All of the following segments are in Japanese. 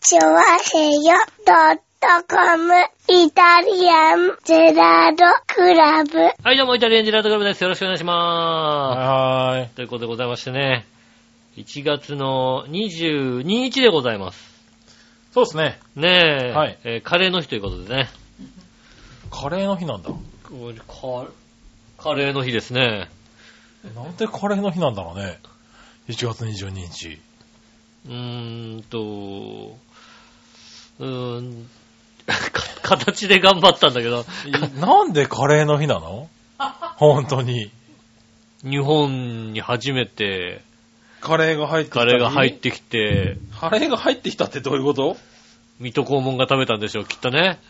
チョワヘヨドットコムイタリアンゼラードクラブ。はい、どうも、イタリアンジェラートクラブです。よろしくお願いしまはーいす。。ということでございましてね、1月の22日でございます。そうですね。ねえ、はいえーカレーの日ということでね。カレーの日なんだ。カレーの日ですね。なんでカレーの日なんだろうね。1月22日。うーんと、うーん、 か形で頑張ったんだけど、なんでカレーの日な の本当に。日本に初めてカレーが入ってきたカり。レーが入ってきて、カレーが入ってきたってどういうこと水戸黄門が食べたんでしょう、きっとね。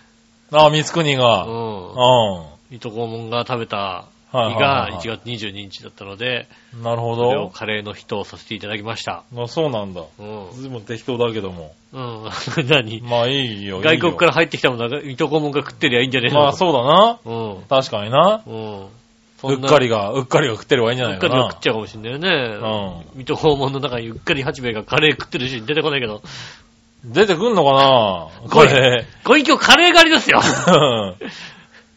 ああ、三つ国うが。うん。ん。は水戸黄門が食べたい日がはいはい1月22日だったので、なるほそれをど。カレーの日とさせていただきました。あそうなんだ。うん。うん。ずいぶん適当だけども。 何まあいいよ。。外国からら入ってきたものは水戸黄門が食ってりゃいいんじゃねえのまあそうだな。う確かにな。ん。うん。そんうなっかりが、うっかりが食ってればいいんじゃうなっいかかりな。は食っちゃうかもしんないよね。うん。水戸黄門の中にうっかり八兵衛がカレー食ってるし出てこないけど、出てくんのかなここれれ。ご隠居カレー狩りですよ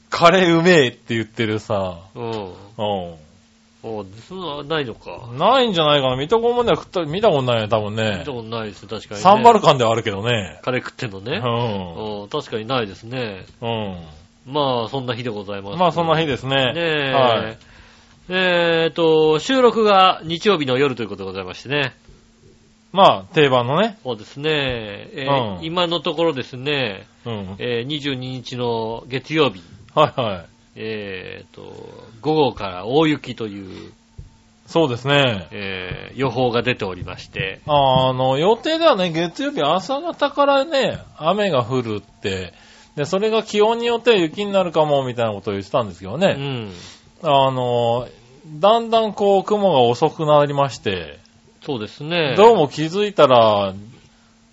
カレーうめえって言ってるさ。うん。うおうそんなのないのか。ん。ないんじゃないかな。見たことない食った、見たことないよ、多分見ねた。ことないです、確かに、ね。サンバルカンではあるけどね。カレー食ってんのね。ううん確かにないですね。ん。まあ、そんな日でございまうす。ん。まあそんな日でですね。ね え。はい。えーと、収録が日曜日の夜ということでございましてね。まあ定番のね。そうですね。えーうん今のところですね、うん。はいえー22日の月曜日、はい。えーと、午後から大雪という、そうですね。えー予報が出ておりまして、あの、予定ではね、月曜日朝方からね、雨が降るって、で、それが気温によっては雪になるかも、みたいなことを言ってたんですけどね。うん。あの、だんだんこう雲が遅くなりまして、そうですね。どうも気づいたら、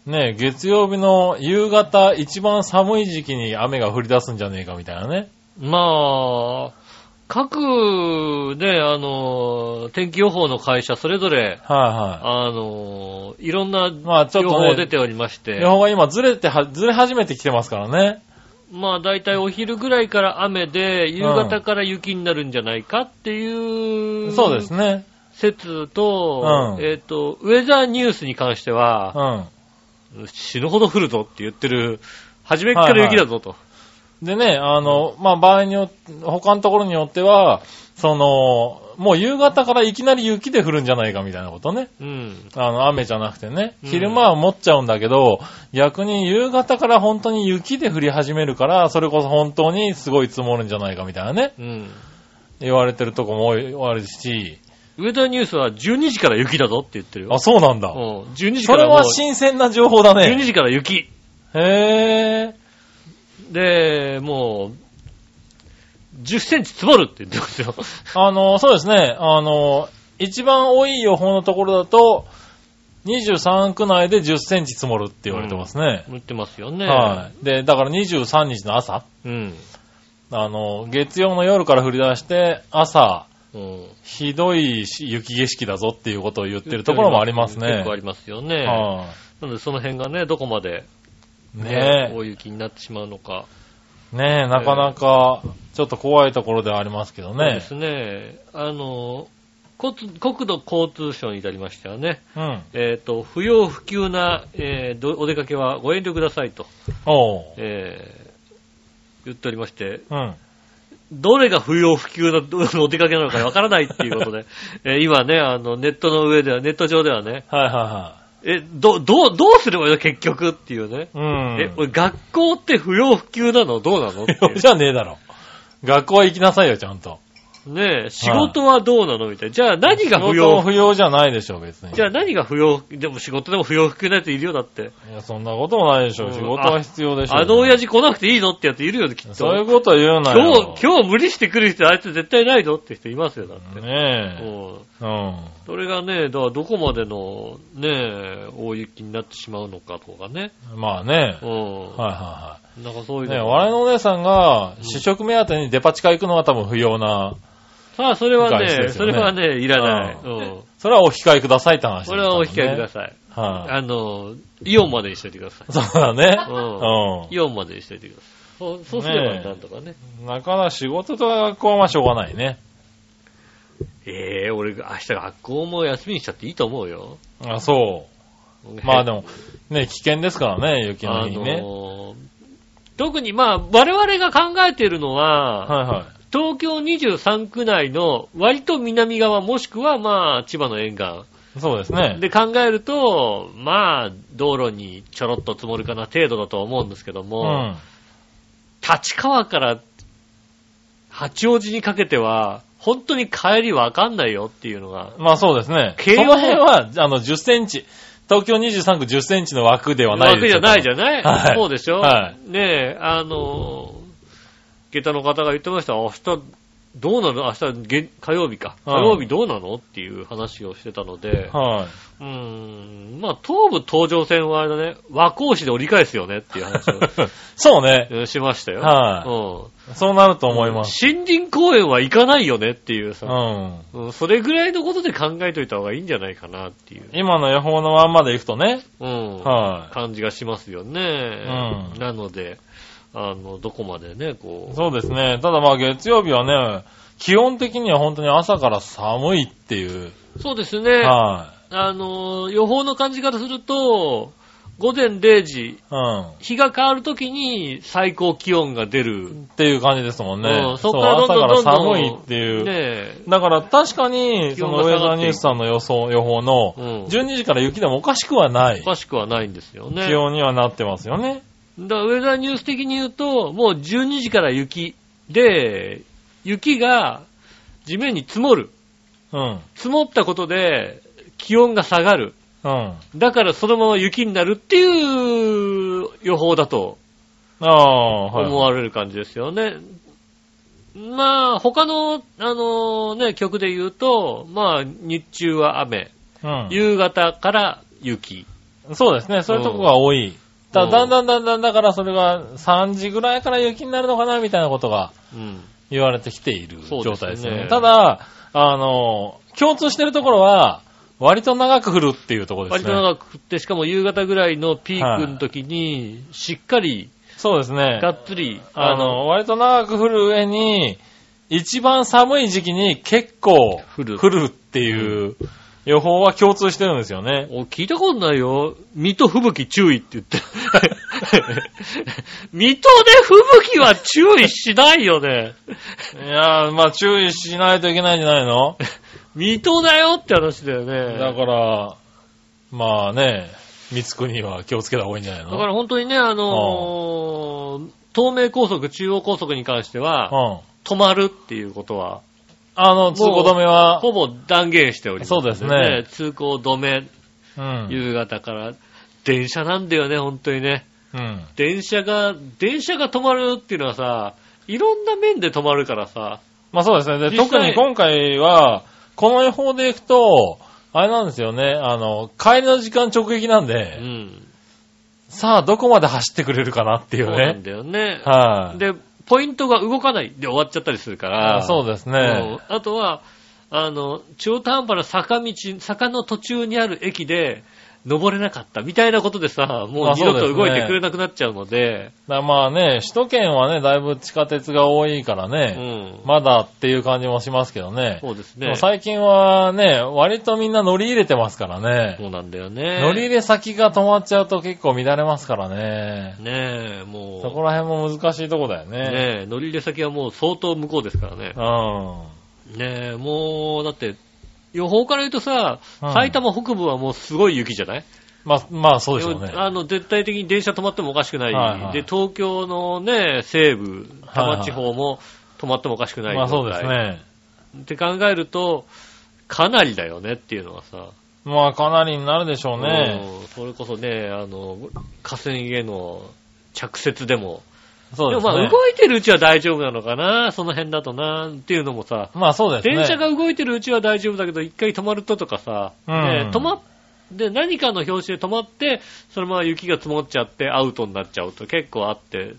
ね、月曜日の夕方一番寒い時期に雨が降り出すんじゃねえかみたいなね。まあ、各、ね、あの、天気予報の会社それぞれ、はあの、いろんなまあちょっ情とね報出ておりましいはて、い。予報が今ずれては、ずれ始めてきてますからね。まあ大体お昼ぐらいから雨で、夕方から雪になるんじゃないかっていう、そうですね。説と、うんえっ、と、ウェザーニュースに関してうは、ん。死ぬほど降るぞって言ってる、初めっから雪だぞと。でね、あの、まあ、場合によって、他のところによっては、その、もう夕方からいきなり雪で降るんじゃないかみたいなことね。うん。あの、雨じゃなくてね、うん昼間は持っちゃうんだけど、逆に夕方から本当に雪で降り始めるから、それこそ本当にすごい積もるんじゃないかみたいなね、うん。言われてるとこも多いあるし、ウェザーニュースは12時から雪だぞって言ってるよ。あ、そうなんだう。ん、12時そかられもうは新鮮な情報だ12ね。時から雪。へぇで、もう、10センチ積もるって言ってますよ。 ー。あの、そうですね、あの、一番多い予報のところだと、23区内で10センチ積もるって言われてますね。言ってますよね。はい。で、だから23日の朝、うん。あの、月曜の夜から降り出して、朝、うん。ひどいし雪景色だぞっていうことを言ってるところもありますね結構。ありますよね。はなのでその辺がね、どこまで、いね大雪になってしまうのか。え。ねえ、なかなか、ちょっと怖いところではありますけどそうでね。すね。あの、国国土交通省に至りましてはね、うん。えっ、と、不要不急な、えーどお出かけはご遠慮くださいと、おう。えー言っておりまして、うん。どれが不要不急な お出かけなのかわからないっていうこと で、えー今ね、あの、ネットの上では、ネット上ではね、はいはえ、ど、どう、どうすればいいの結局っていうね。いはい。え、うん。俺学校って不要不急なのどうなのっていうよじゃねえだろ。学校は行きなさいよ、ちゃんと。 ねえ、仕事はどうなのみたいな。じゃあ何が不仕事も要不要じゃないでしょ、別に。じゃあ何が不要不でも仕事でも不要不急なやついるよ、だって。いや、そんなこともないでしょ。うん仕事は必要でしょ。あの親父父。来なくていいのってやついるよ、きっと。そういうことは言うな今よ。日、今日無理してくる人、あいつ絶対ないぞって人いますよ、だって。ねうんえ。うん。それがね、だからどこまでの、ねえ、大雪になってしまうのかとかね。まあね。うん。はいはいはい。なんかそういうね、の。我々のお姉さんがうん主食目当てにデパ地下行くのは多分不要な、さあ、それは外出ね、ですそよねれはね、いらない。ううん。それはお控えくださいって話ですそかれらねはお控えください。はあの、イオンまでにしといてくださいい。。そうだね。 うんうイオンまでにしといてください。そうそうすればなんとかね。ん。だから仕事と学校はまあしょうがないね。ええ俺、明日学校も休みにしちゃっていいと思うよ。あ、そう。まあでも、ね、危険ですからね、雪のあ日ね。のー特にまあ、我々が考えているのは、はいはい。東京23区内の割と南側もしくはまあ、千葉の沿岸。そうですね。で考えると、まあ、道路にちょろっと積もるかな程度だと思うんですけどうも、ん。立川から八王子にかけては、本当に帰りわかんないよっていうのが、まあそうですね。慶応その辺は、あの、10センチ。東京23区10センチの枠ではなわいでけすじゃよ。ないじゃゃない、はいそうでしょ、はねえ、あのー、下駄の方が言ってました、明日、どうなの明日げ、火曜日か。火はい曜日どうなのっていう話をしてたので、はうい。 ーん、まあ、東武東上線はあれだね、和光市で折り返すよねっていう話をそうね。 うんしましたよ。はいうんそうなると思います。森林公園は行かないよねっていううさ、ん。うんそれぐらいのことで考えといた方がいいんじゃないかなっていう、今の予報のまんまでいくとね。うんは感じがしますよね。うんなので、あの、どこまでね、こい。う。そうですね。ただまあ月曜日はね、基本的には本当に朝から寒いっていう。そうですね。はあの、予報の感じからすると、午前0時、い。うん。日が変わるときに最高気温が出る。っていう感じですうもんんね。そそうこう、からどん朝どんどからんどん寒いっていう。ねえ。だから確かに、気そ温のがウ下ェザがーっていくニュースさんの予想、予報の、うん12時から雪でもおかしくはないおかしくはないんですよね。気温にはなってますよね。だからウェザーニュース的に言うと、もう12時から雪で、雪が地面に積もる。うん。積もったことで気温が下がる。うん。だからそのまま雪になるっていう予報だとああ、はい。思われる感じですよね。まあ、他の、あのね、曲で言うと、まあ、日中は雨、夕方から雪。うん。そうですね。そういうとこが多い。うだんだんだんだんだん、だからそれが3時ぐらいから雪になるのかな、みたいなことがうん。言われてきているそうで状すね態ですよね。ただ、あの、共通してるところは、割と長く降るっていうところで割すとね。長く降って、しかも夕方ぐらいのピークの時に、しっかり、そうですね。がっつり、あの、、割と長く降る上に、一番寒い時期に結構降る降るっていう予報は共通してるんですよね。お聞いたことないよ。水戸吹雪注意って言って。 水戸で吹雪は注意しないよね。いやー、まあ注意しないといけないんじゃないの水戸だよって話だよね。だから、まあね、三つ国は気をつけた方がいいんじゃないのだから本当にね、あのー東名高速、中央高速に関しては、うん。止まるっていうことは、あの、通行止めは、ほぼ断言しております、そうですね通行止め、うん。夕方から、電車なんだよね、本当にね。うん。電車が、電車が止まるっていうのはさ、いろんな面で止まるからさ、まあそうですね。で、実際特に今回は、この予報でいくと、あれなんですよね、あの、帰りの時間直撃なんうで、ん。さあ、どこまで走ってくれるかなっていそううなんね。だよね。はい、で、ポイントが動かないで終わっちゃったりするから、あそうですうねん。あとは、あの、中途半端な坂道、坂の途中にある駅で、登れなかったみたいなことでさ、もうあ二度そとうですね動いてくれなくなっちゃうので、だからまあね、首都圏はね、だいぶ地下鉄が多いからうね、ん。まだっていう感じもしますけどね。そうですでねも。最近はね、割とみんな乗り入れてますからね。そうなんだよね。乗り入れ先が止まっちゃうと結構乱れますからね。ねえ、もう。そこら辺も難しいとこだよね。ねえ、乗り入れ先はもう相当向こうですからねう。ん。ねえ、もう、だって、予報から言うとさ、うん埼玉北部はもうすごい雪じゃないまあ、まあそうでしょうね。あの、絶対的に電車止まってもおかしくない。はいはいで、東京のね、西部、多は摩いはい地方も止まってもおかしくない。まあそうです。ね。って考えると、かなりだよねっていうのはさ。まあかなりになるでしょうね。うんそれこそね、あの、河川への着雪でも。そうででもすね。まあ動いてるうちは大丈夫なのかな、その辺だとな、っていうのもさ、まあそうですね。電車が動いてるうちは大丈夫だけど、一回止まるととかさ、うんね止まで、何かの拍子で止まって、そのまま雪が積もっちゃって、アウトになっちゃうと結構あって、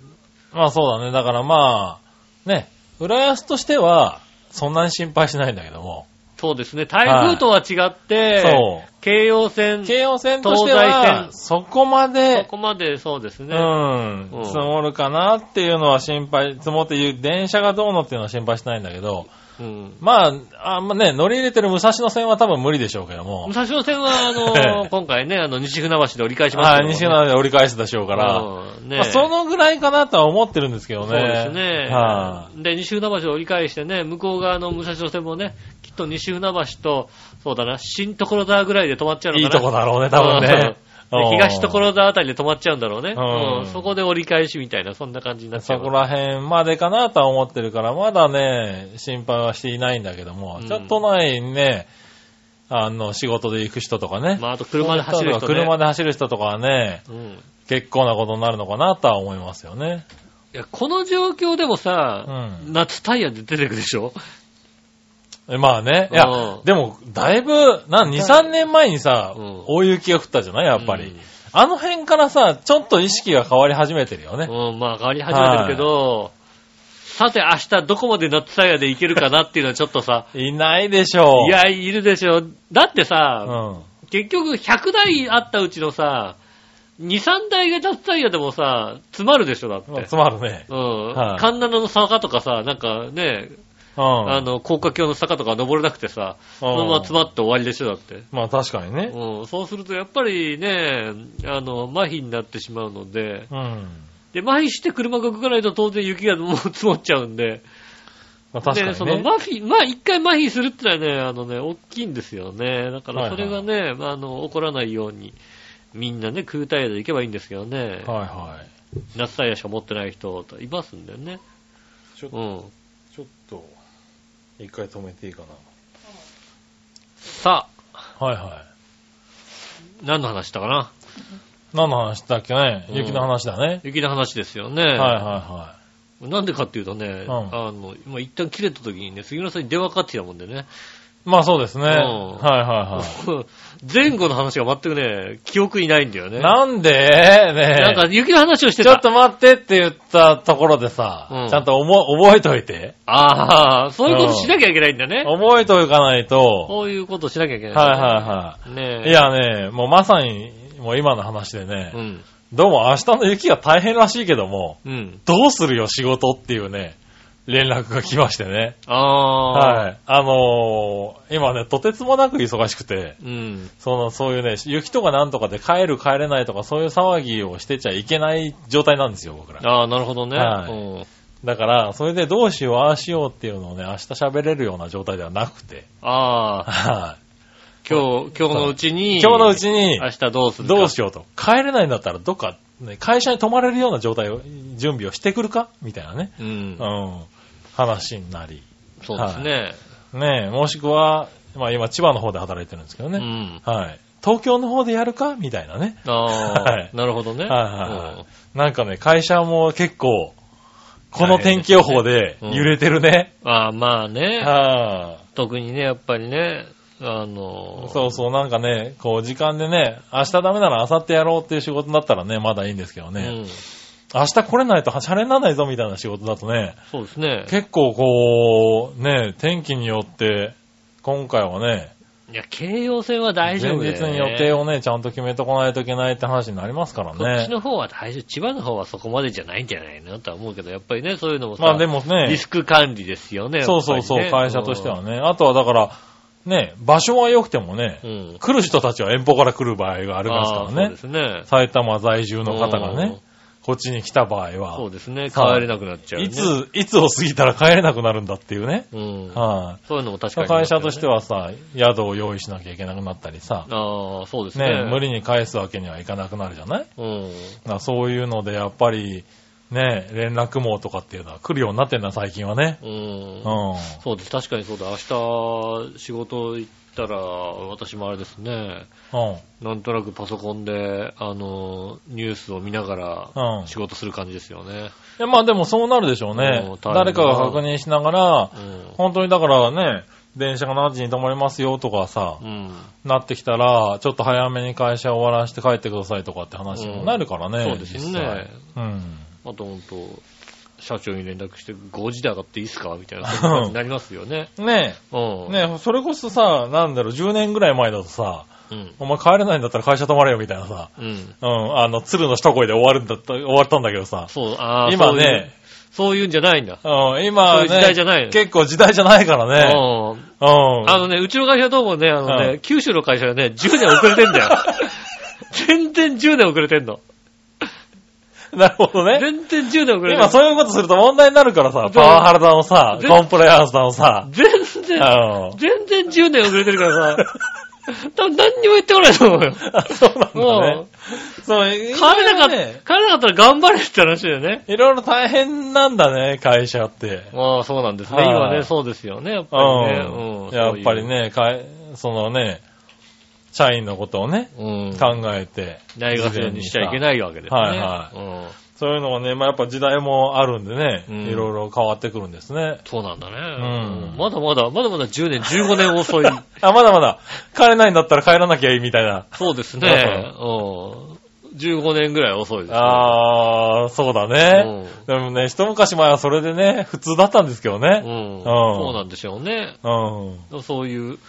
まあそうだね。だからまあ、ね、浦安としては、そんなに心配しないんだけども。そうですね。台風とは違って、そ京葉線、う。そ京王線としては、東そこまで、こまでそうですね。うんうん、積もるかなっていうのは心配、積もっていう、電車がどうのっていうのは心配しないんだけど、うんまあ、あんまね、乗り入れてる武蔵野線は多分無理でしょうけども武、蔵野線は、あ の今回ね、あの、西船橋で折り返しましたはけどい、ね西側で折り返してたでしょうから、うんねまあそのぐらいかなとは思ってるんですけどね。そうですね。はで、西船橋を折り返してね、向こう側の武蔵野線もね、きっと西船橋と、そうだな、新所沢ぐらいで止まっちゃうい、いのいかとな。こだろうね、多分ね。うんうでん東所沢あたりで止まっちゃうんだろうね。うんうんそこで折り返しみたいな、そんな感じになっちゃ。そうこら辺までかなとは思ってるから、まだね、心配はしていないんだけども、うんちょっとないね、あの、仕事で行く人とかね。まあ、あと車で走る人ね。車で走る人とかはね、うん。い結構なことになるのかなとは思いますよね。や、この状況でもさ、うん夏タイヤで出てくるでしょえまあね。いうやん、でも、だいぶ、な、2、3年前にさうん、大雪が降ったじゃないやっぱうんり。あの辺からさ、ちょっと意識が変わり始めてるよね。うん、まあ変わり始めてるけど、さて明日どこまで夏タイヤで行けるかなっていうのはちょっとさ、いないでしょう。い、や、いるでしょ。だってうさ、ん。結局100台あったうちのさ、2、3台が脱タイヤでもさ、詰まるでしょ、だって。まあつまるね。うん。はい神奈の坂とかさ、なんかね、うん。あの、高架橋の坂とか登れなくてさ、そのまま詰まって終わりでしょ、だって。まあ確かにね。うん、そうするとやっぱりね、あの、麻痺になってしまうので、うん。で、麻痺して車が動かないと当然雪がもう 積もっちゃうんで、まあ確かで、そにのね。マフィ、まあ一回麻痺するってのはね、あのね、大きいんですよね。だからそれがね、まああの、起こらないように、みんなね、空タイヤで行けばいいんですけどね、はいはい。夏タイヤしか持ってない人といますんでね。ちょうん。ちょっと、一回止めていいかさあ、な。はいは。何の話したかない何の話だっけねうん雪の話だね。雪の話ですよね。はいはなんでかっていうとね、うんあの、まあ一旦切れた時にね、杉村さんに電話かかってきたもんでね、 い。まあそうですね。はいは前後の話が全くね、記憶にないんだよいはね。い。なんでねえなんか雪の話をしてちた。ょっと待ってって言ったところでさ、うんちゃんと思覚えといて。ああ、そういうことしなきゃいけないんだね。覚えといかないと、こういうことしなきゃいけない。はいはいねいはい。いや、やね、もうまさに、もう今の話でね、うん。どうも明日の雪が大変らしいけども、うん。どうするよ仕事っていうね、連絡が来ましてね。ああ。はい。あのー今ね、とてつもなく忙しくて、うん。その、そういうね、雪とかなんとかで帰る帰れないとかそういう騒ぎをしてちゃいけない状態なんですよ、僕ら。ああ、なるほどね。はいうん、だから、それでどうしよう、ああしようっていうのをね、明日喋れるような状態ではなくて、ああ、は今日、今日のうちい。に。今日のうちに明、日どうするかどうしようと。帰れないんだったら、どっか、ね、会社に泊まれるような状態を、準備をしてくるかみたいなね、うんう。ん、話になり。そうですね。ねえ、もしくは、まあ今、千葉の方で働いてるんですけどうね、ん。はい。東京の方でやるかみたいなね。ああ、はいなるほどね。はいはいはいなんかね、会社も結構、この天気予報でうん揺れてるね。うんああ、まあね。はあ特にね、やっぱりね、あの、そうそう、なんかね、こう時間でね、明日ダメなら明後日やろうっていう仕事だったらね、まだいいんですけどうね、ん。明日来れないとシャレにならないぞみたいな仕事だとね、そうですね。結構こう、ね、天気によって、今回はね、いや、京葉線は大前日丈夫だよ、ね。に予定をね、ちゃんと決めとかないといけないって話になりますからこっちね。の方は大丈夫。千葉の方はそこまでじゃないんじゃないのとは思うけど、やっぱりね、そういうのもさ、まあでもねリ、スク管理ですよね。そうそうそう、やっぱり会ね社としては。ね。あとはだから、ね、場所は良くてもね、うん。うん来る人たちは遠方から来る場合がありますかあーらそうねで。すね。埼玉在住の方がね、こっちに来た場合うん。そうは、ですね。帰はいれなくなっちゃう、ね。いつ、いつを過ぎたら帰れなくなるんだっていうね。うん。はそういうのも確いかに、会社としては。はさ、宿を用意しなきゃいけなくなったりさ、ああ、そうですね。ね、無理に返すわけにはいかなくなるじゃないうん。だからそういうので、やっぱり、ね、連絡網とかっていうのは来るようになってんだ、最近はね。うん。うん。そうです。確かにそうだ。明日、仕事行ったら、私もあれですね。うん。なんとなくパソコンで、あの、ニュースを見ながうんら、仕事する感じですよね。いやまあでもそうなるでしょううんね。大変だ誰かが確認しながら、うん。本当にだからね、電車が何時に止まりますよとかさう、ん。なってきたら、ちょっと早めに会社終わらせて帰ってくださいとかって話にもなるからね。そうです実際ね。うん。あと本当、社長に連絡して、5時で上がっていいっすかみたいなそんな感じになりますよね。ねうん。え。ねえ、それこそさ、なんだろう、10年ぐらい前だとさ、うん。お前帰れないんだったら会社泊まれよみたいなさ、うん。うん、あの、鶴の一声で終わるんだった、終わったんだけどさ、そう、ああ、今そういうね、そういうんじゃないんだ。うん、今そういね、う時代じゃないの結構時代じゃないからね。うん。うん。あのね、うちの会社どうもね、あのね、うん九州の会社がね、10年遅れてんだ よ。全然10年遅れてんの。なるほどね。全然10年遅れてん今の。そういうことすると問題になるからさ、でパワハラだのさ、でコンプライアンスだのさ、全う然、ん。全然10年遅れてるから さ、多分何にも言ってこないと思うよ。あそうなんだもね。そう、う、帰れなかった、いろいろね帰れなかったら頑張れって話だよね。いろいろ大変なんだね、会社って。まあそうなんですね。はい今ね、そうですよね、やっうぱりね。うんん。。やっぱりね、かいそのね、社員のことをね、そういう。うん。考えて、ないがしろにしちゃいけないわけですね。。はいはいうん。そういうのがね、まあやっぱ時代もあるんでね、うんいろいろ変わってくるんですね。そうなんだね。うんまだまだ、まだまだ10年、15年遅 い。あ、まだまだ、帰れないんだったら帰らなきゃいいみたいな。そうですだね。うん。15年ぐらい遅いですね。あー、そうだね。でもね、一昔前はそれでね、普通だったんですけどうん。うね。ん。んそうなんでしょうね。うん。そういう。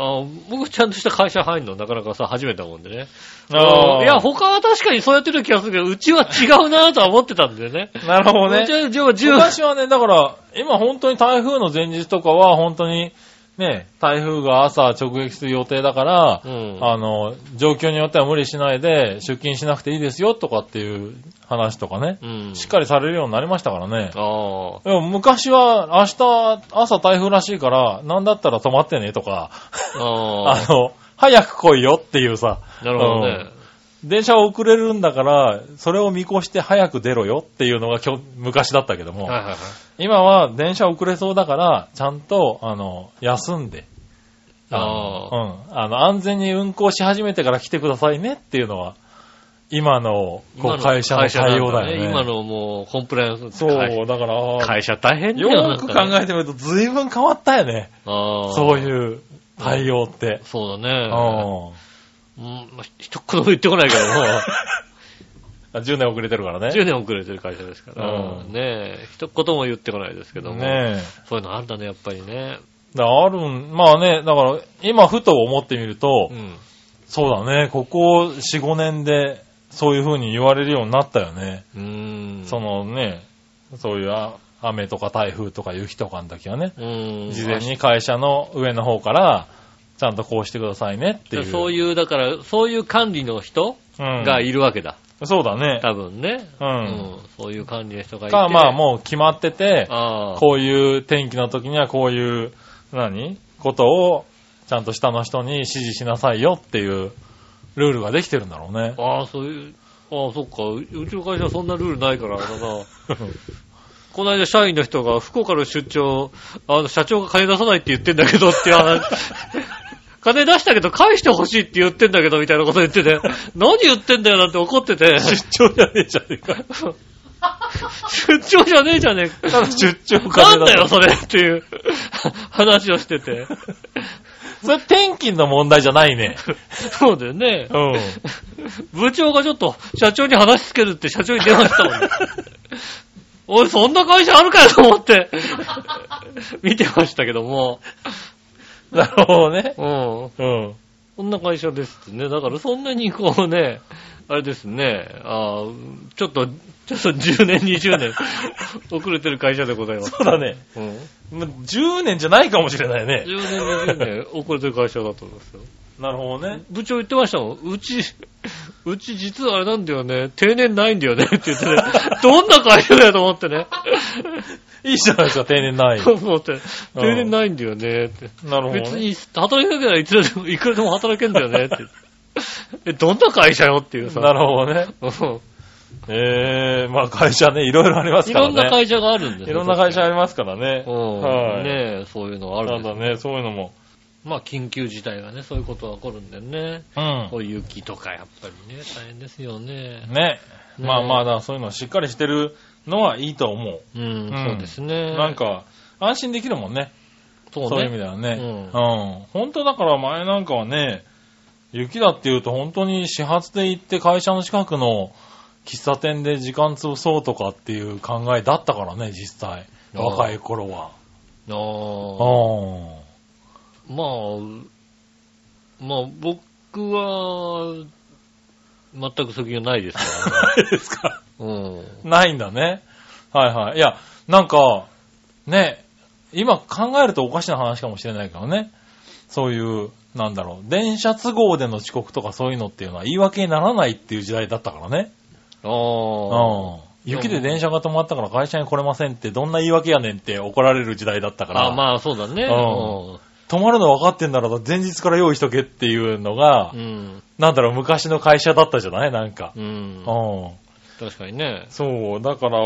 あ僕ちゃんとした会社入るのなかなかさ、初めてだもんでね。あーいや、他は確かにそうやってる気がするけど、うちは違うなぁとは思ってたんだよね。なるほどねうち。は、じゃあ10昔はね、だから、今本当に台風の前日とかは、本当に、ね、台風が朝直撃する予定だから、うんあの、状況によっては無理しないで、出勤しなくていいですよとかっていう話とかね、うん。しっかりされるようになりましたからね。ああ。でも昔は、明日、朝台風らしいから、なんだったら止まってねとか、あああ。の、早く来いよっていうさ、なるほどね。電車遅れるんだから、それを見越して早く出ろよっていうのが今日昔だったけども、はいはいはい。今は電車遅れそうだから、ちゃんと、あの、休んで、ああ。のうん、あの、安全に運行し始めてから来てくださいねっていうのは、今の、こ今う、の会社の対応だよね。今のもう、コンプライアンス。そう、だから、会社大変だよよく考ええてみると、随分変わったよね。そう。ういう対応って。そうだうね。ん。うん。まあ一言も言ってこないけども、あ10年遅れてるから ね。 10年遅れてる会社ですからう。んねえ。一言も言ってこないですけども。ねえ。そういうのあんだね、やっぱりね。だからあるん、まあね、だから、今ふと思ってみると、うん。そうだね、ここ4、5年で、そういう風に言われるようになったよね。うーん。そのね、そういうあ雨とか台風とか雪とかの時はね、うん。事前に会社の上の方から、ちゃんとこうしてくださいねっていう。そうういう、だから、そういう管理の人んがいるわけだ。そうだね。多分ね。う。。うんそういう管理の人がいて。か、まあもう決まってて、ああ。こういう天気の時にはこういう、何ことを、ちゃんと下の人に指示しなさいよっていうルールができてるんだろうね。ああ、そういう、ああ、そっか。ううちの会社はそんなルールないから、あのな。この間社員の人が福岡の出張、あの、社長が金出さないって言ってんだけどっていう話。 金出したけど返してほしいって言ってんだけどみたいなこと言ってて、何言ってんだよなんて怒ってて、出張じゃねえじゃねえか。出張じゃねえじゃねえか。ただ 出張な金んだよそれっていう話をしてて。それ天気の問題じゃないね。そうだよねう。ん。部長がちょっと社長に話つけるって社長に電話したもんね。 俺そんな会社あるかよと思って、 見てましたけども。なるほどね。うん。うん。そんな会社ですってね。だからそんなにこうね、あれですね、あーちょっと、ちょっと10年、20年 遅れてる会社でございます。そうだね。うん。もう10年じゃないかもしれないね。 10年、20年遅れてる会社だと思いますよ。なるほどね。部長言ってましたもん。うち、 うち実はあれなんだよね、定年ないんだよねって言ってね、どんな会社だよと思ってね。 いいじゃないですか、定年ない。そう思って、定年ないんだよねって。なるほど、ね。別に働きかけたらいつでも、いくらでも働けんだよねって。 え、どんな会社よっていうさ。なるほどね。うんえー、まあ会社ね、いろいろありますいからろね。んな会社があるんですよいろんな会社ありますからね。うん。はい。ねえ、そういうのがあるなんんでだすね、そういうのも。まあ、緊急事態がね、そういうことが起こるんでね。うんこ。ういう雪とか、やっぱりね、大変ですよね。ね。ねまあまあ、だからそういうのをしっかりしてるのはいいと思うん、んそうですね。う。なん、か、安心できるもんね。そうね。そういう意味ではね。ううん。本当だから前なんかはね、雪だって言うと本当に始発で行って会社の近くの喫茶店で時間潰そうとかっていう考えだったからね、実際。あー若い頃は。ああ。 あまあ、まあ僕は、全く先がないです からね。あ。ないですかうん。ないんだね。はいはい。いや、なんか、ね、今考えるとおかしな話かもしれないけどね。そういう、なんだろう、電車都合での遅刻とかそういうのっていうのは言い訳にならないっていう時代だったからね。ああ。うん。雪で電車が止まったから会社に来れませんってどんな言い訳やねんって怒られる時代だったから。あまあそうだね。う止まるの分かってんなら前日から用意しとけっていうのが、うん。なんだろう、昔の会社だったじゃないなんか。うん。うん。確かにね。そう、だから、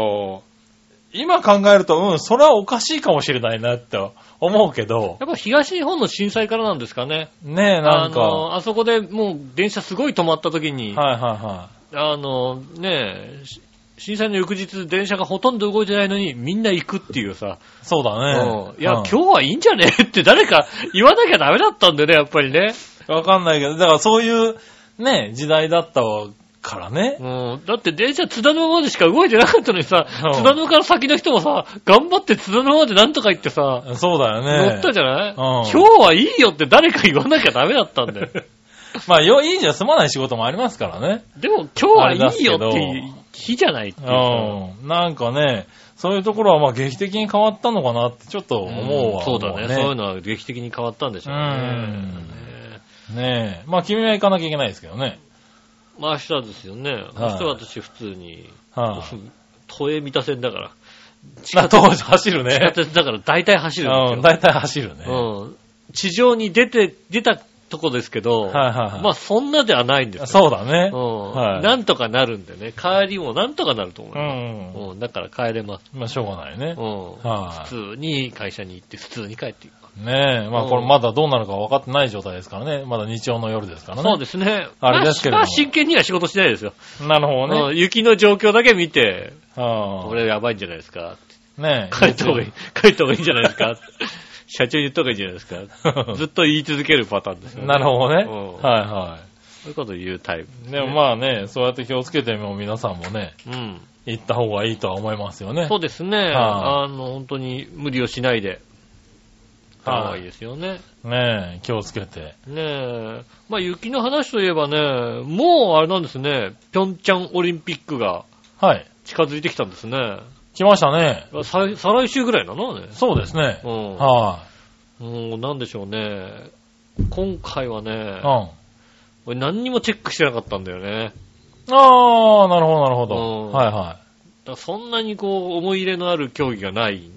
今考えると、うん、それはおかしいかもしれないなって思うけど、やっぱ東日本の震災からなんですかね。ねえ、なんあか、はの、あそこでもう電車すごい止まった時いに、はいはあの、ねえ、し震災の翌日電車がほとんど動いてないのにみんな行くっていうさ、い。そうだねう。んいや、う今ん日はいいんじゃねって誰か言わなきゃダメだったんだよね、やっぱりね。わかんないけど、だからそういう、ね時代だったからね。うん、だって電車津田のまでしか動いてなかったのにさ、うん津田のから先の人もさ、頑張って津田のまでなんとか行ってさ、そうだよね。乗ったじゃない、ん今日はいいよって誰か言わなきゃダメだった んだよ。まあ、よいいじゃ済まない仕事もありますからね。でも今日はいいよあっれて日じゃないっていうさうん。なんかね、そういうところはまあ劇的に変わったのかなってちょっと思うわ。んそうだねもそういうのは劇的に変わったんでしょうね。うんねねえ。まあ君は行かなきゃいけないですけどね。まあ明日ですよね。明日は私普通に、は 都営三田線だから。い、あ。当時走る地下ね。鉄だから大体走うるんですよん、。大体走るね。うん地上に出て、出たとこですけど、はいはいはいまあそんなではないんですよ。そうだねう。んはいなんとかなるんでね、帰りもなんとかなると思いうます。ん。うんだから帰れます。まあしょうがないねう。んは普通に会社に行って、普通に帰っていく。い。ねえ。まあこれまだどうなるか分かってない状態ですからね。まだ日曜の夜ですからね。そうですね。あれですけれどもまあ真剣には仕事しないですよ。なるほどね。うん雪の状況だけ見て、こはれやばいんじゃないですか。い。ねえ。帰った方がいい、帰った方がいいんじゃないです か。社長に言った方がいいんじゃないですか。ずっと言い続けるパターンですよね。なるほどね。うんはいはそういうこと言うタイプ。い。でもまあね、そうやって気をつけても皆さんもね、うん。行った方がいいとは思いますよ ね。そうですね。はあの、本当に無理をしないで。はいかわいいですよね。ねえ、気をつけて。ねえ。まあ、雪の話といえばね、もうあれなんですね、ピョンチャンオリンピックがはい。近づいてきたんですね。来ましたね。再再来週ぐらいなのね。そうですね。うん。はもうなんでしょうね。今回はねい。うん。、あ俺何にもチェックしてなかったんだよね。あー、なるほど、なるほど。うんはいはだからそんなにこう、思い入れのある競技がない。い。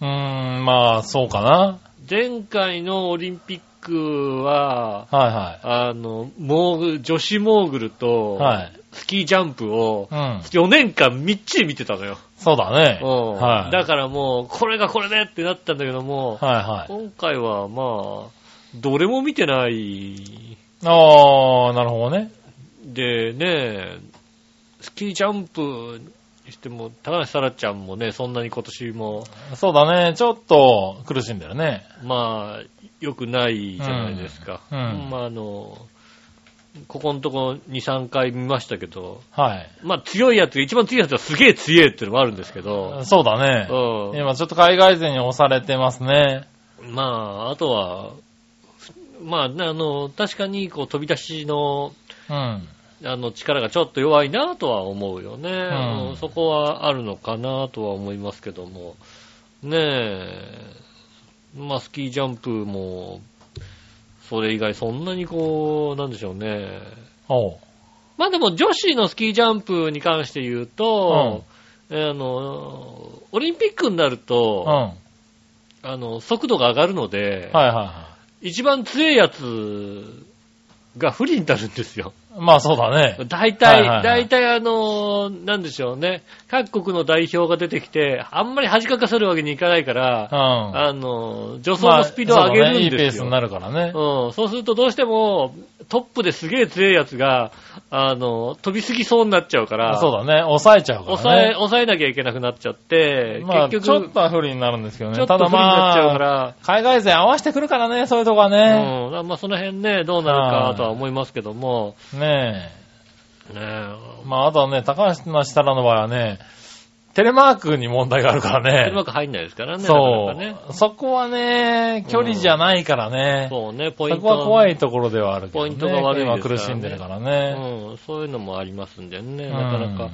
うーん、まあ、そうかな。前回のオリンピックは、はいはあの、モーグル、女子モーグルとい。、はい。スキージャンプをう、ん。 4年間みっちり見てたのよ。そうだね。うんはい。だからもう、これがこれでってなったんだけども、はいはい。今回はまあ、どれも見てない。ああ、なるほどね。でね、スキージャンプにしても、高橋沙羅ちゃんもね、そんなに今年も、そうだね。ちょっと苦しんだよね。まあ、良くないじゃないですか。うんうんまあ、あの、ここのとこ2、3回見ましたけど、はい。まあ強いやつ、一番強いやつはすげえ強いっていうのもあるんですけど、そうだね。う今ちょっと海外勢に押されてますね。ん。まあ、あとは、まあ、ねあの、確かにこう飛び出しの、うん。あの、力がちょっと弱いなとは思うよね、んうんそこはあるのかなとは思いますけども。ねえ。まあ、スキージャンプも、それ以外そんなにこう、なんでしょうね。おう。まあでも女子のスキージャンプに関して言うと、あの、オリンピックになるうん。と、はいあの、速度が上がるので、はいは一番強いやつが不利になるんですよ。い。まあそうだね。大体、はいはいはい大体あのーなんでしょうね。各国の代表が出てきて、あんまり恥かかせるわけにいかないかうら、ん。あのー助走まあのスピードを上げるんそうだねいいペーですスよ。になるからね。うん、そうするとどうしても、トップですげえ強いやつが、あのー飛びすぎそうになっちゃうから、そうだね。抑えちゃうからね。抑え、抑えなきゃいけなくなっちゃって、まあ、結局、ちょっとは不利になるんですけどね。ちょっとただ不利になっちゃうまかあ、ら、海外勢合わせてくるからね、そういうとこはね。うん、まあその辺ね、どうなるかとは思いますけども、ねねえ。まあ、あとはね、高橋なしたらの場合はね、テレマークに問題があるからうまね。く入んないですからね。そなかなかねう。そこはね、距離じゃないからね。そうね、ポイント。そこは怖いところではあるけどね。ポイントが悪い今ですからね苦しんでるからね。うん、そういうのもありますんでね、なかなか。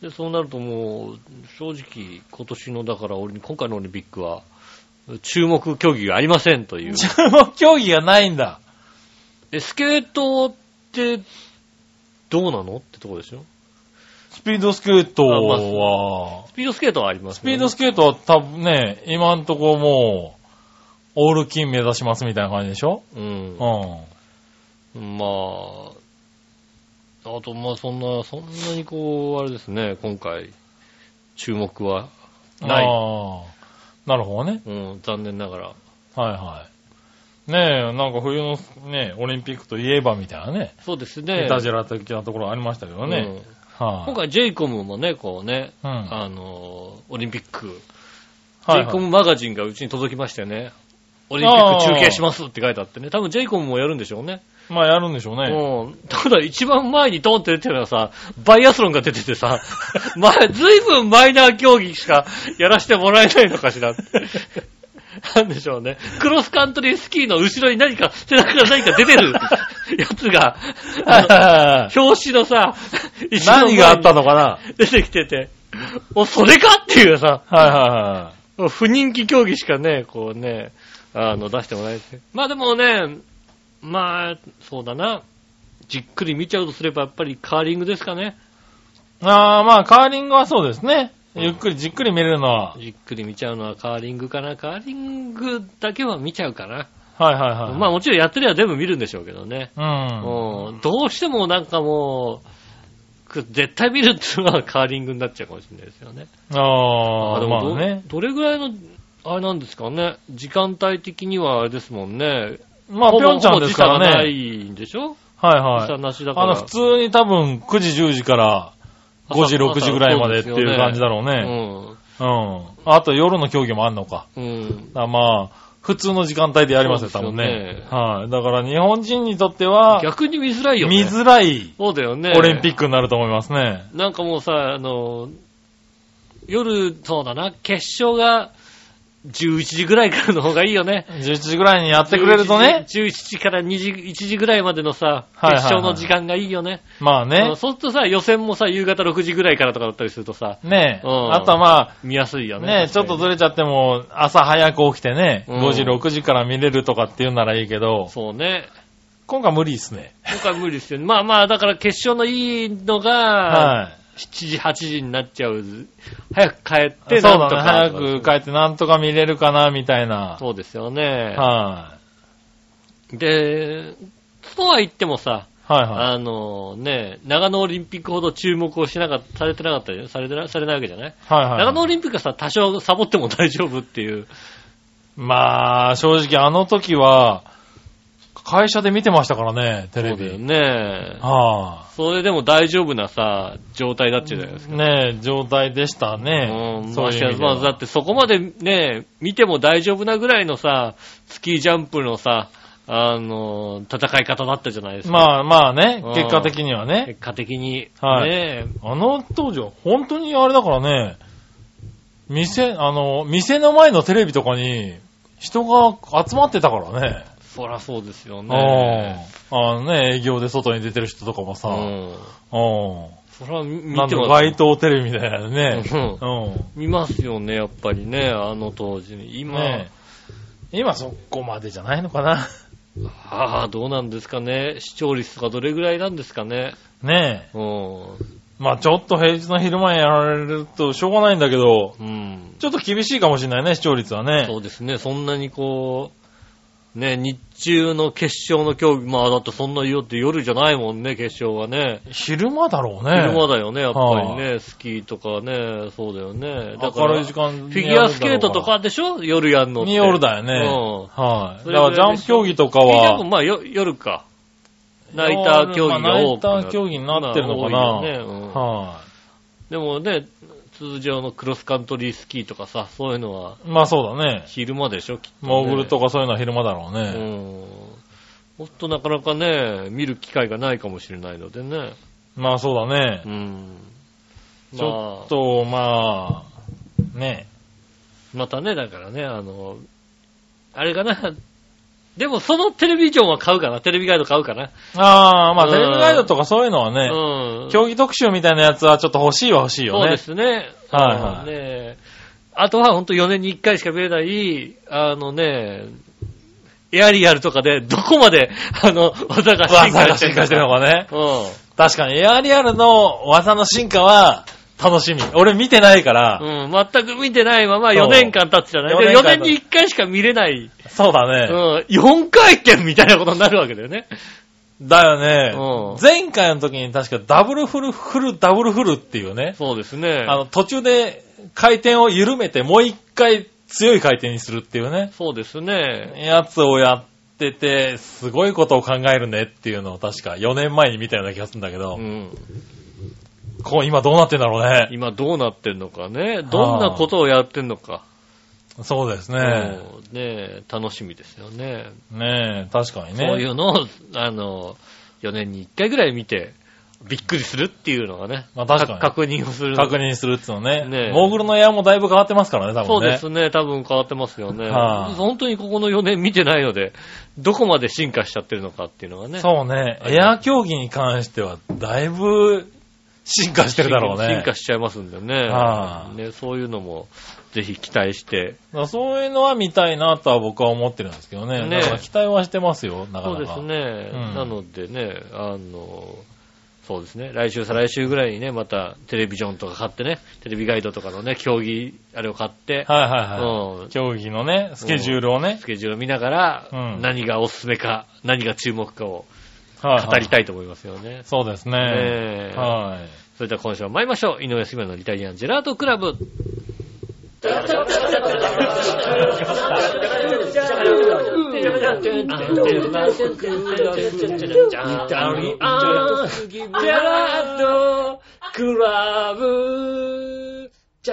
で、そうなるともう、正直、今年の、だから、俺今回のオリンピックは、注目競技がありませんといううん。。注目競技がないんだ。え、スケートって、どうなのってとこでしょスピードスケートあまあは、スピードスケートはありますよスピねードスケートは多分ね、今んとこもう、オール金目指しますみたいな感じでしょうんう。ん。まあ、あと、まあ、そんな、そんなにこう、あれですね、今回、注目は、ないあーなるほどね。うん、残念ながら。はいはい。ねえ、なんか冬のね、オリンピックといえばみたいなね、そうですね。いたじら的なところありましたけどね。うんはい、今回、ジェイコムもね、こうね、うんあのー、オリンピック、はジェいイはコいムマガジンがうちに届きましてね、オリンピック中継しますって書いてあってね、多分ジェイコムもやるんでしょうね。まあやるんでしょうね。うん。ただ一番前にドンって出てるのはさ、バイアスロンが出ててさ、 前、ずいぶんマイナー競技しかやらせてもらえないのかしらって。 なんでしょうね。クロスカントリースキーの後ろに何か、背中から何か出て るやつが、はあいはの表紙のさ、い石の前何にがあったのかな出てきてて、お、それかっていうさ、はいはいはい。不人気競技しかね、こうね、あの、出してもらえて。まあでもね、まあ、そうだな。じっくり見ちゃうとすれば、やっぱりカーリングですかね。ああ、まあカーリングはそうですね。うんゆっくりじっくり見れるのは。じっくり見ちゃうのはカーリングかな。カーリングだけは見ちゃうかな。はいはいはい。まあもちろんやってりゃ全部見るんでしょうけどね。うん。うんどうしてもなんかもう、く絶対見るっていうのはカーリングになっちゃうかもしれないですよね。あであ、もまどあね。どれぐらいの、あれなんですかね。時間帯的にはあれですもんね。まあ、ほぴぼょんちゃんですからほぼ時差がなね。いんでしょはい時は差い。なしだかあら。の、普通に多分9時、10時から5時、朝6時ぐらいまでっていう感じだろううね。ん。うん。あと夜の競技もあんのか。うん。あまあ、普通の時間帯でやりますよ、そ多うですよね分ね。はい。だから日本人にとっては、逆に見づらいよね。見づらいそうだよね。オリンピック。クになると思いますね。なんかもうさ、あの、夜、そうだな、決勝が11時ぐらいからの方がいいよね。 11時ぐらいにやってくれる とね。 11時 ?11 時から2時、1時ぐらいまでのさ、はいはいはい決勝の時間がいいよね。まあうねん。そうするとさ、予選もさ、夕方6時ぐらいからとかだったりするとさ、ねえ。うんあとはま見やすいよあ、ね。ねえ、ちょっとずれちゃっても、朝早く起きてね、うん5時、6時から見れるとかっていうならいいけど、そうね。今回無理ですね。今回無理ですよね。まあまあ、だから決勝のいいのが、はい。 7時、8時になっちゃう。早く帰って、そうなんだとね。か早く帰ってなんとか見れるかな、みたいな。そうですよね。はで、とは言ってもさ、い。はいはい。あのね、長野オリンピックほど注目をしなかった、されてなかったよされてな、されないわけじゃない、はいはい。長野オリンピックはさ、多少サボっても大丈夫っていう。まあ、正直あの時は、会社で見てましたからね、テレそうだよビ。ね。はそれでも大丈夫なさ、状態だっちゃうじゃないですか。い。ねえ、状態でしたうね。ん、そうまいしう意て味でまはあ、だってそこまでね、見ても大丈夫なぐらいのさ、スキージャンプのさ、あの、戦い方だったじゃないですか。まあまあねうん、結果的にはね。結果的に、はいねあの当時は本当にあれだからね、店、あの、店の前のテレビとかに人が集まってたからね。そらそうですようね。んあのね、営業で外に出てる人とかもさ、ううん。んなそら見見んてだます街頭テレビみたいなね。うんうん見ますよね、やっぱりね、あの当時に。今、ねえ今そこまでじゃないのかな。ああ、どうなんですかね。視聴率とかどれぐらいなんですかね。ねえ。うん。まあちょっと平日の昼間にやられるとしょうがないんだけど、うん。ちょっと厳しいかもしれないね、視聴率は ね。そうですね、そんなにこう、ね、日中の決勝の競技、まあだってそんな言おうって夜じゃないもんね、決勝はね。昼間だろうね。昼間だよね、やっぱりね、はスキーとかね、そうだよね。だか明るら、い時フ間にィギュアスケートとかでしょ夜やんのって。に夜だよね。うん。はい。それぐいだかららでジャンプ競技とかフィギュアもは、まあよ夜か。ナイター競技が多くまあナイター競技になってるのかな多いよねうんは。でもね、通常のクロスカントリースキーとかさ、そういうのはいまあそうだね。昼間でしょ、きっと、ね。モーグルとかそういうのは昼間だろううね。ん。もっとなかなかね、見る機会がないかもしれないのでね。まあそうだねう。ん。ちょまっあ、と、まあ、ねまたね、だからね、あの、あれかな。でもそのテレビジョンは買うかな。テレビガイド買うかな。ああ、まあうんテレビガイドとかそういうのはね、うん。競技特集みたいなやつはちょっと欲しいは欲しいよそうでね。すね。はいはいあのねあとは本当4年に1回しか見れない、あのね、エアリアルとかでどこまで、あの、技が進技化がしてるの進化してるのか。かね。確かに、エアリアルの技の進化は楽しみ。俺見てないから、うん。うん。全く見てないままそう4年間経ってたね。 4 4年年間に1回しか見れない、そうだうね。ん。4回転みたいなことになるわけだよね。だようねん。前回の時に確かダブルフルフルダブルフルっていうね、そうですね。あの途中で回転を緩めてもう一回強い回転にするっていうね、そうですね。やつをやってて、すごいことを考えるねっていうのを確か4年前に見たような気がするんだけどう、ん。こう今どうなってんだろうね。今どうなってんのかね。どんなことをやってんのか。そうですうんね。ねえ楽しみですよね。ねえ、確かにそういね。うのを、あの、4年に1回ぐらい見て、びっくりするっていうのがね、まあ確かに確認をする。確認するっつうのねね。えモーグルのエアもだいぶ変わってますからね、多そう分ね。ですね、多分変わってますよね。はい本当にここの4年見てないので、どこまで進化しちゃってるのかっていうのがね。そうね。ありエますア競技に関しては、だいぶ進化してるだろうね。進化しちゃいますんでね。はいねそういうのも、ぜひ期待して。だからそういうのは見たいなとは僕は思ってるんですけどね。ねえだから期待はしてますよ、なかそうなでか。すでね、うんなのでね、あの、そうですね。来週、再来週ぐらいにね、またテレビジョンとか買ってね、テレビガイドとかのね、競技、あれを買って、はいはいはうんい。競技のね、スケジュールをねス。ケジュールを見ながら、うん何がおすすめか、何が注目かをはい語はりい。たいと思いますよね。そうですね。ねえはい。それでは今週も参りましょう。井上杉村のイタリアンジェラートクラブ。ありがとうござ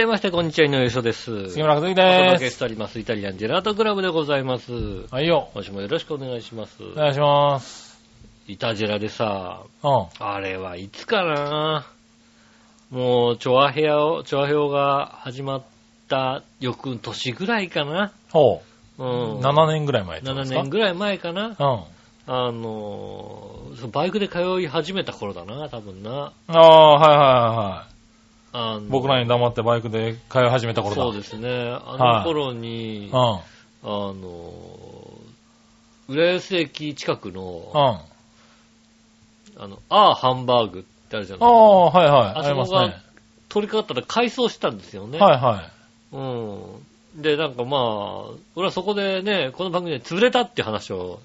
いました。こんにちは、井上翔です。杉村和之お届でけしす。ております。イタリアンジェラートクラブでございます。はいよ。今週もよろしくお願いします。お願いします。イタジェラでさ、うん。あれはいつかなもう、チョアヘアを、チョアヘオが始まった翌年ぐらいかな。ほうう。ん。 7年ぐらい前ってこと7ですか年ぐらい前かな。うん。あのー、そのバイクで通い始めた頃だな、多分な。ああ、はいはいはいはい。あの僕らに黙ってバイクで通い始めた頃だ。そうす。ですね。あの頃に、うん。うん。あのー、浦安駅近くの、ああの、アーハンバーグってあるじゃないあ、はいはい。あありますそこがね。通りかかったら改装したんですよね。はいはい。うん。で、なんかまあ、俺はそこでね、この番組で潰れたって話を、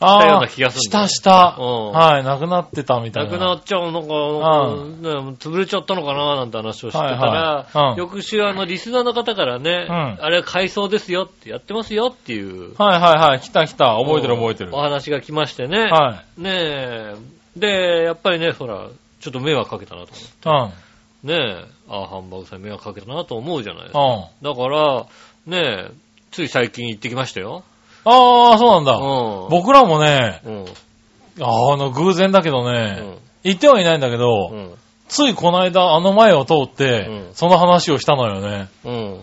あような気がするしんだよたした。うんはい、なくなってたみたいなな。くなっちゃうのか、んなんかね潰れちゃったのかな、なんて話をしてたら、はいはいうん翌週あの、リスナーの方からね、うんあれは改装ですよって、やってますよっていう、はいはいはい、来た来た。覚えてる覚えてる。おはい。話が来ましてね、ねえ、で、やっぱりね、ほら、ちょっと迷惑かけたなと思う。うん。うん。ねえ、ああ、ハンバーグさんに迷惑かけたなと思うじゃないですか。だから、ねえ、つい最近行ってきましたよ。ああ、そうなんだ。うん。僕らもね、うん。あの、偶然だけどうね、ん。行ってはいないんだけど、うん。ついこの間あの前を通って、うんその話をしたのよね。うん。うん。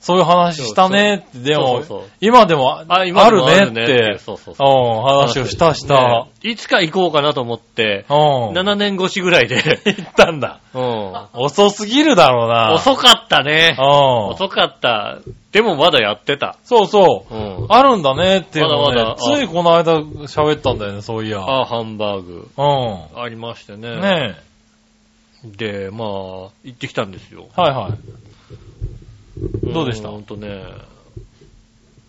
そういう話したねって、でそも、うそう今でもああ、今でもあるねあっるて、そうそううそう。ん、話をしたした。ねいつか行こうかなと思って、うん。 7年越しぐらいで。 行ったんだ。うん。遅すぎるだろうな。遅かったね。うん。遅かった。でもまだやってた。そうそう。うん。あるんだねっていうのをね、まだまだついこの間喋ったんだよね、そういや。あ、ハンバーグ。うん。ありましてね。ねで、まあ、行ってきたんですよ。え。はいはい。どうでしたほんとね。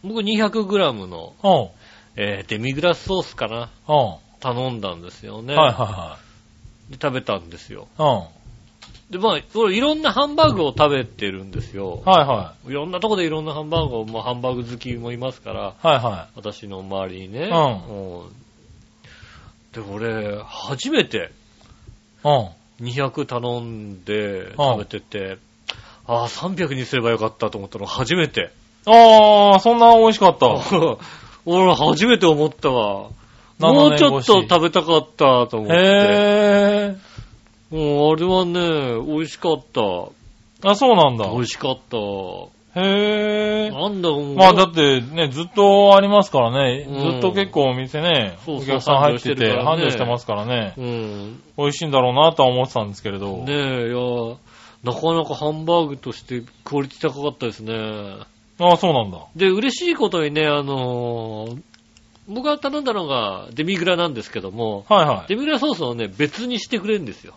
僕 200g の、うん。えーデミグラスソースかなうん。は頼んだんですよね。いはで食べたんですよ。いはい。で、まあ、俺いろんなハンバーグを食べてるんですよ。うん。はいはいろんなとこでいろんなハンバーグを、まあ、ハンバーグ好きもいますから、い。はいは私の周りにね。ううんで、俺、初めてい。うん。 200頼んでん食べてて、ああ、300にすればよかったと思ったの初めて。 あー、そんな美味しかった。俺、初めて思ったわ。もうちょっとべ食べたかったと思って。へもうあれはね、美味しかった。ぇー。あ、そうなんだ。美味しかった。へぇー。なんだもう。まあだってね、ずっとありますからね、うんずっと結構お店ね、そうおそう客さん入ってて、繁繁盛盛ししてるかてらねますからね、うん。美味しいんだろうなとは思ってたんですけれど。ねえ、いや、なかなかハンバーグとしてクオリティ高かったですね。あ、そうなんだ。で、嬉しいことにね、あのー僕が頼んだのがデミグラなんですけども、はいはい。デミグラソースをね、別にしてくれるんですよ。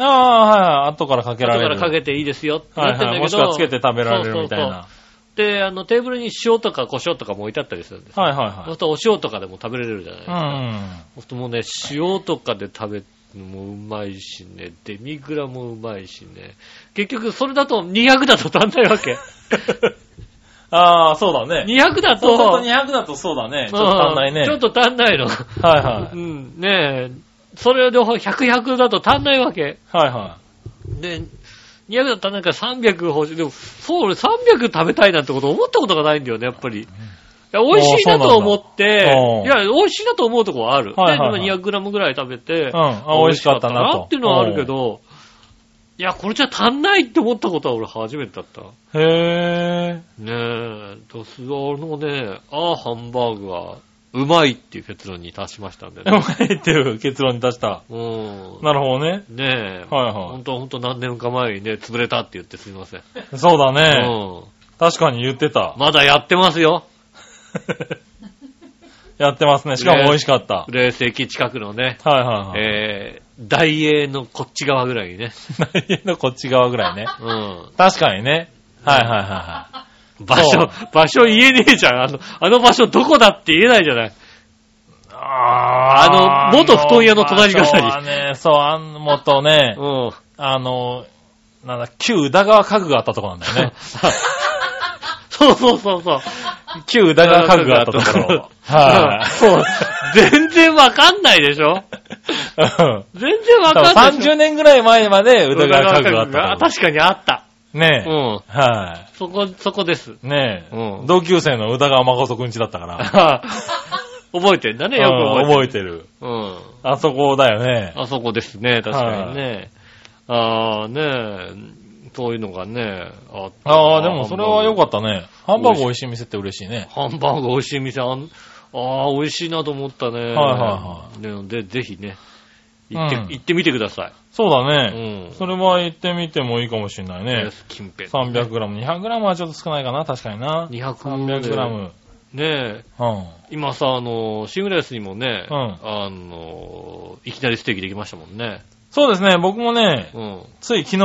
ああ、はいはい。後からかけ後られかる。らかけていいですよっては言いってんだはけど、い。もしくはつけて食べられるみたいな。で、あの、テーブルに塩とか胡椒とかも置いてあったりするんです。はいはそうするとお塩とかでも食べれるじゃないですいか。はい。そうするともうね、塩とかで食べるのもうまいしね、デミグラもうまいしね。結局、それだと200だと足んないわ け。うん。ああ、そうだね。 200だそうすと、ると200だとそうだね。ちょっと足んないね。うんちょっと足んないの。はいはうい。ん、ねえ。それで100、100だと足んないわけ。はいはで、200だったらなんか300欲しい。でも、そう、俺300食べたいなんてこと思ったことがないんだよね、やっぱり。いや美味しいなと思って、おーそういなや、美味しいなと思うとこはある。はいはいはいで、今 200g ぐらい食べて、うんあ美味しかったなと美味しっていうのはあるけど、いや、これじゃ足んないって思ったことは俺初めてだった。い。 へえ。ねえ、ドスワのね、ああ、ハンバーグは、うまいっていう結論に達しましたんでね。うまいっていう結論に達した。うん。なるほどね。ねえ。はいほはんとほんと何年か前にね、潰れたって言ってすいません。い。そうだね。う確かに言ってん。。たまだやってますよ。やってますね。しかも美味しかった。冷静期近くのね。はいはいはい。えー、大英のこっち側ぐらいにね。内縁のこっち側ぐらいね。うん。確かにね。はいはいはいは場所、場所言えねえじゃん。あの、あの場所どこだって言えないじゃない。い。ああの元布団屋の隣がさりあの場所はね、そう、あの、元ね、うん。 あの、なんだ、旧宇田川家具があったところなんだよね。そうそうそうそう。 旧宇田川家具があったところ。うん はそう。全然わかんないでしょい。うん全然わか多分んないでしょ。 30年ぐらい前まで宇田川家具があったところ。確かにあった。ねえ。うん。はそこ、そこです。い。ねえ、うん 同級生の宇田川誠くんちだった から。覚えてんだね、ようんく覚覚ええててる。る。うん。あそこだよね。あそこですね、確かにね。ああ、ねえ、そういうのがね、あったなああ、でもそれは良かったね。ハンンババーーググ美味しい店って嬉しいね。ハンバーグ美味しい店、あんああ、美味しいなと思ったね。はいはなので、ぜひね、行って、うん行ってみてください。そううだね。ん。それは行ってみてもいいかもしれないね。近辺。 300g、200g はちょっと少ないかな、確かにな。 200 300g。ねえ、うん。今さ、あの、シングレースにもね、うんあの、いきなりステーキできましたもんね。そうですね、僕もね、うん。つい昨日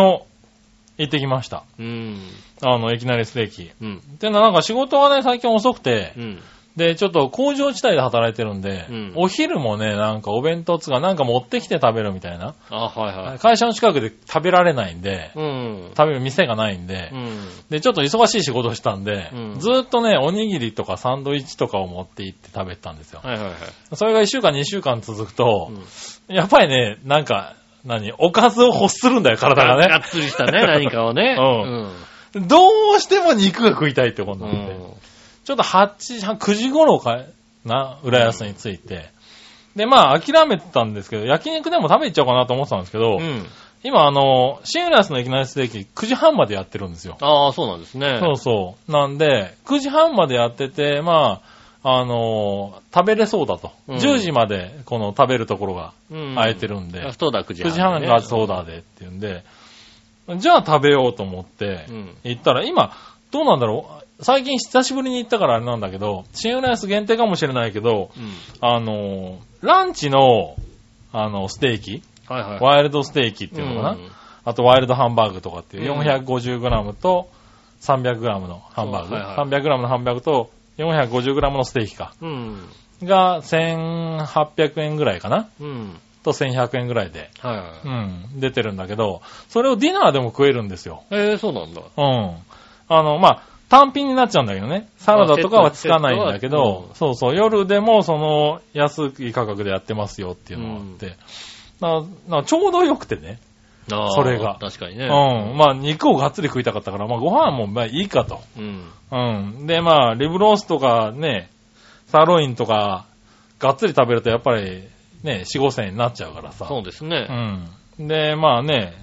行ってきました。うん。あの、いきなりステーキ。うん。で、なんか仕事がね、最近遅くてう、ん。で、ちょっと工場地帯で働いてるんで、うんお昼もね、なんかお弁当つうかなんか持ってきて食べるみたいな。あ、はいはい。会社の近くで食べられないんで、うん。食べる店がないんで、うん。で、ちょっと忙しい仕事をしたんで、うんずーっとね、おにぎりとかサンドイッチとかを持って行って食べてたんですよ。はいはいはい。それが1週間2週間続くと、うんやっぱりね、なんか、何おかずを欲するんだよ、体ががねっ。つりしたね、何かをね。どうしても肉が食いたいってことうん。うなんで、ん。ちょっと8時半、9時頃かな、浦安に着いて。で、まあ、諦めてたんですけど、焼肉でも食べ行っちゃおうかなと思ってたんですけど、うん。今、あの、新浦安のいきなりステーキ9時半までやってるんですよ。ああ、そうなんですね。そうそう。なんで、9時半までやってて、まあ、あのー食べれそうだと。うん10時まで、この食べるところがうん。空いてるんで、あ。そうだ、9時9半。時半がそうだ。でっていうんで、じゃあ食べようと思ってうん、行ったら、今、どうなんだろう最近久しぶりに行ったからあれなんだけど、新浦安限定かもしれないけど、うん。あのーランチの、あの、ステーキ、はいはい。ワイルドステーキっていうのかな、うんあとワイルドハンバーグとかっていう、うん 450g と 300g のハンバーそグ。うはいはい 300g のハンバーグと 450g のステーキか。うん。が、1800円ぐらいかなうん。と1100円ぐらいで、はいはい。うん、出てるんだけど、それをディナーでも食えるんですよ。えー、そうなんだ。うん。あの、まあ、単品になっちゃうんだけどね。サラダとかはつかないんだけまあセットはどう、んそうそう、夜でもその安い価格でやってますよっていうのがあって、ななちょうどよくてね。あーそれが確かにね。うん。まあ、肉をがっつり食いたかったから、まあ、ご飯もまあいいかと。うん。うん。で、まあ、リブロースとかね、サーロインとか、がっつり食べるとやっぱりね、4、5千円になっちゃうからさ。そうですね。うん。で、まあね、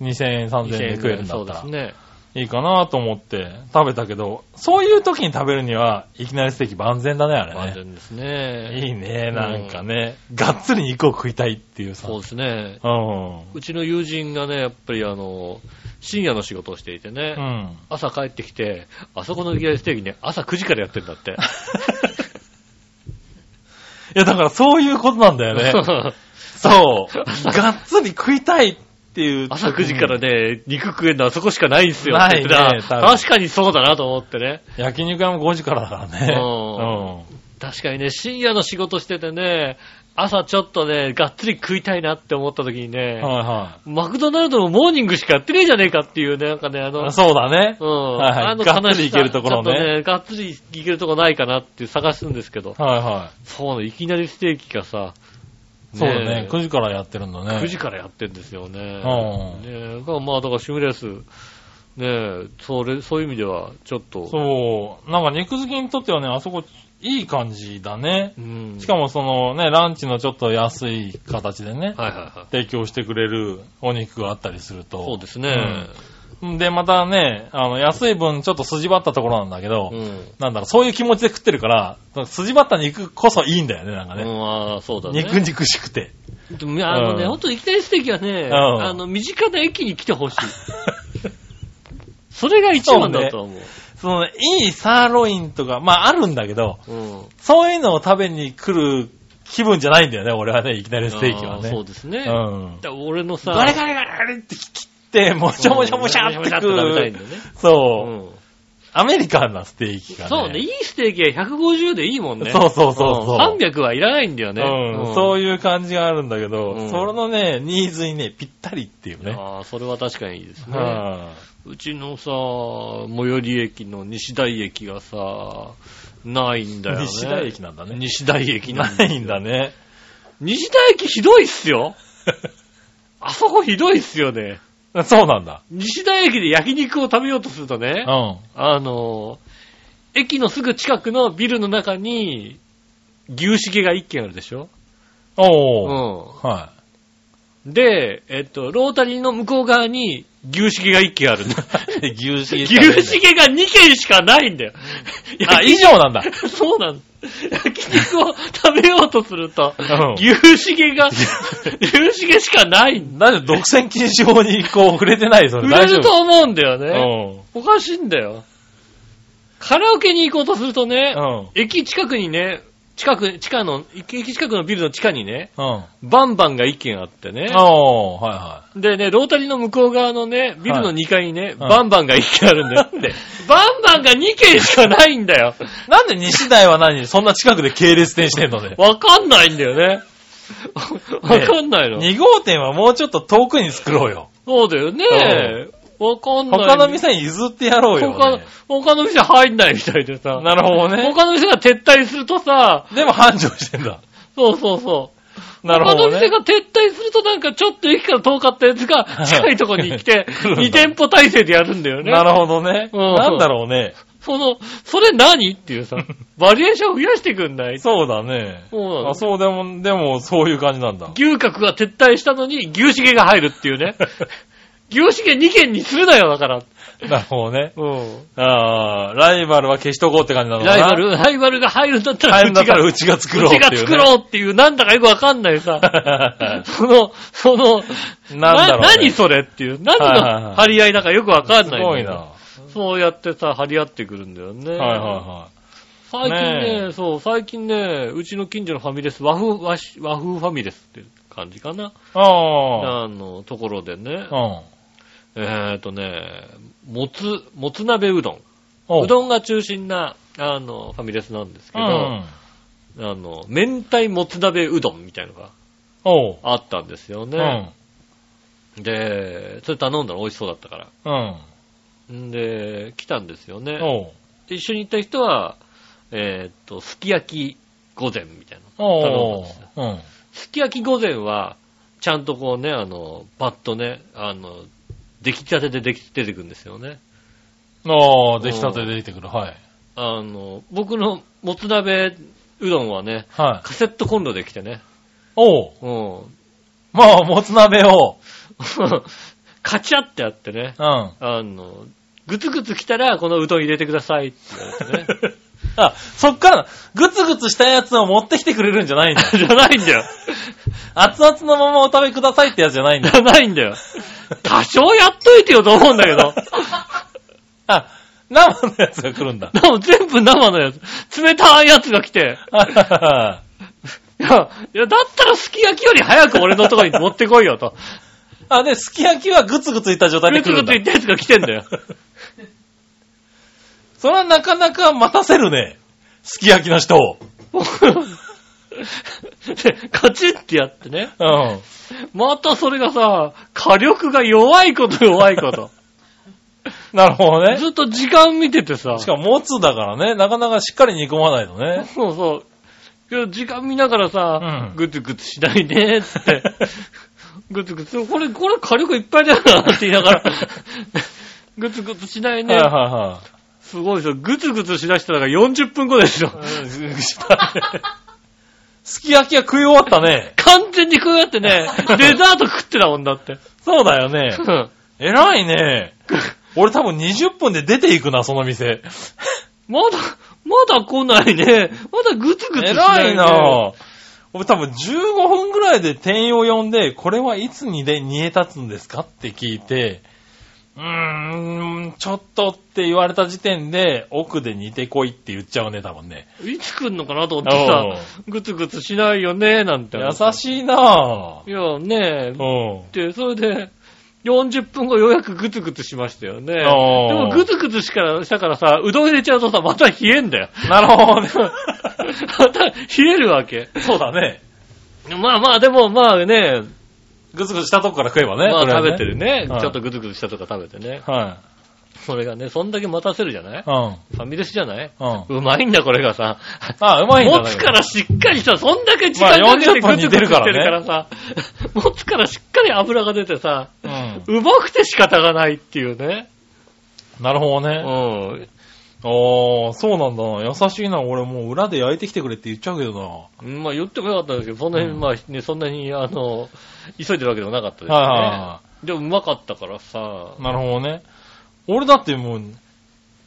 2000円、3000 2000円で食えるんだそうったでらす、ね。いいかなと思って食べたけど、そういう時に食べるには、いきなりステーキ万全だね、あ万れね。全ですね。いいね、なんかね。がっつり肉を食いたいっていうさ。そうですね。うん。うちの友人がね、やっぱりあの、深夜の仕事をしていてね、うん。朝帰ってきて、あそこのいきなりステーキね、朝9時からやってんだって。いや、だからそういうことなんだ よ ね。そう。がっつり食いたいっていう。朝9時からね、肉食えるのあそこしかないんですよ。ないねって言ってた多分確かにそうだなと思ってね。焼肉屋も5時からだからね。う確かにね、深夜の仕事しててね、朝ちょっとね、がっつり食いたいなって思った時にうねん。、はマクドナルドのモーニングしかやってねえじゃねえかっていうね、なんかね、あいはのい。、そうだね。うん。はいはいあのがっつり悲しさいけるところねちょっがっつりいけるとこないかなって探すんですけど。はいはそうね、いきなりステーキがさ、い。そうだねえ。 9時からやってるんだね。 9時からやってんですよね。んねえだからまあ、だからシムレース、ねえ、それ、そういう意味では、ちょっと、そう。なんか肉好きにとってはね、あそこ、いい感じだね。うん。しかも、もそのね、ランチのちょっと安い形でね、はいはいはい。提供してくれるお肉があったりすると。そうですね。うんで、またね、あの、安い分ちょっと筋張ったところなんだけど、うん。なんだろう、そういう気持ちで食ってるから、筋張った肉こそいいんだよね、なんかうね。ん、ああ、そうだね。肉肉しくて。でもあのね、うんほんといきなりステーキはね、んあの、身近な駅に来てほしい。それが一番だと思う。 その、いいサーロインとか、まああるんだけど、うん。そういうのを食べに来る気分じゃないんだよね、俺はね、いきなりステーキはあーそうね。ですね。うん。だから俺のさ、ガリガリガリガリって切って、もちょもちょもちゃって食食べたいんうだ。よね。そう。うんアメリカンなステーキがね。そうね、いいステーキは150でいいもんね。そうそうそうそうん300はいらないんだよね。うん。そういういう感じがあるんだけうど、んそれのね、ニーズにね、ぴったりっていうね。ああ、それは確かにいいですね。はうちのさ、最寄り駅の西大駅がさ、ないんだよね。西大駅なんだね西大駅いななんだいんだね。 西大駅ひどいっすよ。あそこひどいっすよね。そうなんだ。西大駅で焼肉を食べようとするとね、うん。あの、駅のすぐ近くのビルの中に、牛茂が1軒あるでしょおー。うん。はで、えっと、ロータリーの向こう側に牛茂が1軒あるんだ。 い。牛し牛茂が2軒しかないんだよ。あ、以上なんだ。 そうなの。焼肉を食べようとするとうん、牛茂 が、牛茂しかないんだ。大丈夫、独占禁止法にこう触れてないそれ。売れ大丈る夫。と思うんだようね。ん。おかしいんだよ。カラオケに行こうとするとね、うん。駅近くにね、近く、地下の、駅近くのビルの地下にね、うん。バンバンが1軒あってね。おー、はいはでね、ロータリーの向こう側のね、ビルのはい2階にね、うんバンバンが1軒あるんだ よ。なんでバンバンが2軒しかないんだよ。い。なんで西大は何そんな近くで系列店してんのね。わかんないんだよね。わかんないの。 2号店はもうちょっと遠くに作ろうよ。そうだよね。わかんない。他の店に譲ってやろうよ、他のね。他の店入んないみたいでさ。なるほどね。他の店が撤退するとさ、でも繁盛してんだ。そうそうそう。なるほど 他の店ねが。撤退するとなんかちょっと駅から遠かったやつ が近いとこに来て、るんだ2店舗体制でやるんだよね。なるほどね。うんなんだろうね。その、それ何って いうさ、バリエーション増やしてくんないそうだね。そうなのあ、そうでも、でも、そういう感じなんだ。牛角が撤退したのに牛茂が入るっていう ね。牛茂2軒にするなよ、だから。なるほどね。うん。ああ、ライバルは消しとこうって感じなのかラなイバル、ライバルが入るんだったら入るんだったらううちがち作が、うろうっていちう、ね。が作ろうっていう、なんだかよくわかんないさ。その、その、なんだろうね何それっていう、何はいはいはのい張り合いだかよくわかんすない。ごいな。。はそうやってさ、張り合ってくるんだよね。いはいは最近ねねそう、最近ね、うちの近所のファミレス、和風、和し和風ファミレスって感じかな。い。ああの、ところでね、あ。うん。えっ、とね、もつ、もつ鍋うどん。おうどんが中心な、あの、ファミレスなんですけうど、ん。あの、明太もつ鍋うどんみたいのがおう。あったんですようね。ん。で、それ頼んだら美味しそうだったから。うん。んで、来たんですよね。おう。で一緒に行った人は、えっ、と、すき焼き午前みたいな。おう頼んだんですよ。うん。すき焼き午前は、ちゃんとこうね、あの、パッとね、あの、出来たてででき出てくるんですよね。ああ、出来たてで出てくる。はい。あの、僕のもつ鍋うどんはね、はい。カセットコンロで来てね。おう。うん。 まあ、もつ鍋を。カチャってやってね。うん。 あ、あの、グツグツ来たら、このうどん入れてくださいって言われてね。そっから、グツグツしたやつを持ってきてくれるんじゃないん だ。 じゃないんだよ。熱々のままお食べくださいってやつじゃないんじだ。ゃないんだよ。多少やっといてよと思うんだけど。あ、生のやつが来るん だ。でも全部生のやつ。冷たいやつが来て。あははいや、いやだったらすき焼きより早く俺のとこに持ってこいよと。あ、で、すき焼きはグツグツいった状態グで来ツるグんだツ。いったやつが来てんだよ。それはなかなか待たせるね。すき焼きの人を。で、カチッってやってね。うん。またそれがさ、火力が弱いこと弱いこと。なるほどね。ずっと時間見ててさ。しかも、もつだからね、なかなかしっかり煮込まないとね。 そうそう。いや時間見ながらさ、うんグツグツしないねっつ って。グツグツ、これ、これ火力いっぱいだよなって言いな がら。グツグツしないねはい。はいはすごいですよ。グツグツしだしたのが40分後ですよ。い。 すき焼きは食い終わった ね。 完全にこうやって ね、デザート食ってたもんだって。そうだよねう。ん偉いね。俺多分20分で出ていくな、その店。まだ、まだ来ないね。まだグツグツしない、ね。偉いな俺多分15分ぐらいで店員を呼んで、これはいつにで煮え立つんですかって聞いて、うーん、ちょっとって言われた時点で、奥で煮てこいって言っちゃうね、多分ね。いつ来んのかなと思ってさ、グツグツしないよね、なんて。優い。しいないや、ねえ、うん。って、それで、40分後ようやくグツグツしましたよね。でおーもグツグツしからしたからさ、うどん入れちゃうとさ、また冷えんだよ。なるほどね。また冷えるわけ。そうだね。まあまあ、でもまあね、ぐつぐつしたとこから食えばね。まあとりえ食ずべてるね。はいちょっとグツグツしたとか食べてね。はそれがね、そんだけ待たせるじゃないい。うん。ファミレスじゃないうん。うまいんだ、これがさ。あ、うまいんだ持つからしっかりさ、そんだけ時間まあかけて40グ分ツ煮グてツるしかてるかららさ、持つからしっかり油が出てさ、だけどうまくて仕方がないっていうね。うん。なるほどうね。ん。ああ、そうなんだな。優しいな。俺もう裏で焼いてきてくれって言っちゃうけどな。まあ言ってもよかったんですけど、そんなに、うんまあね、そんなに、あの、急いでるわけでもなかったですね。はいはでもうまかったからさい、はい。なるほどね。俺だってもう、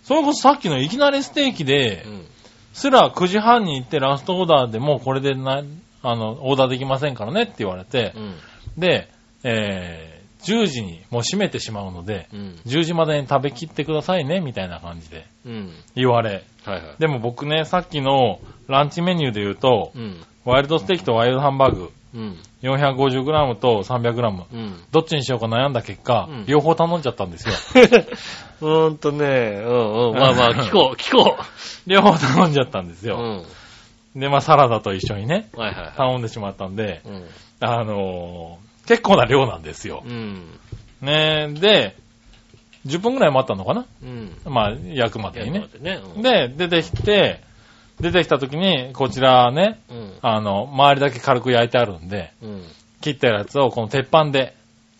それこそさっきのいきなりステーキでう、ん。すら9時半に行ってラストオーダーでもうこれでな、あの、オーダーできませんからねって言われてう、ん。で、えー、10時にもう閉めてしまうので、うん。 10時までに食べきってくださいね、みたいな感じでうん。言われ。はいはい。でも僕ね、さっきのランチメニューで言うと、うん。ワイルドステーキとワイルドハンバーグ、うん。 450g と 300g、うん。 どっちにしようか悩んだ結果、うん両方頼んじゃったんですよ。うーんとね、うんうん。まあまあ、聞こう、聞こ両方頼んじゃったんですう。うよ。ん。で、まあサラダと一緒にね、はいはいは頼んでしまったんでい。、うん。あのー結構な量なんですよう。ん。ねで、10分くらい待ったのかなうん。まあ、焼くまでにね。ね。うん。で、出てきて、出てきた時に、こちらね、うん。あの、周りだけ軽く焼いてあるんで、うん。切ったやつをこの鉄板で、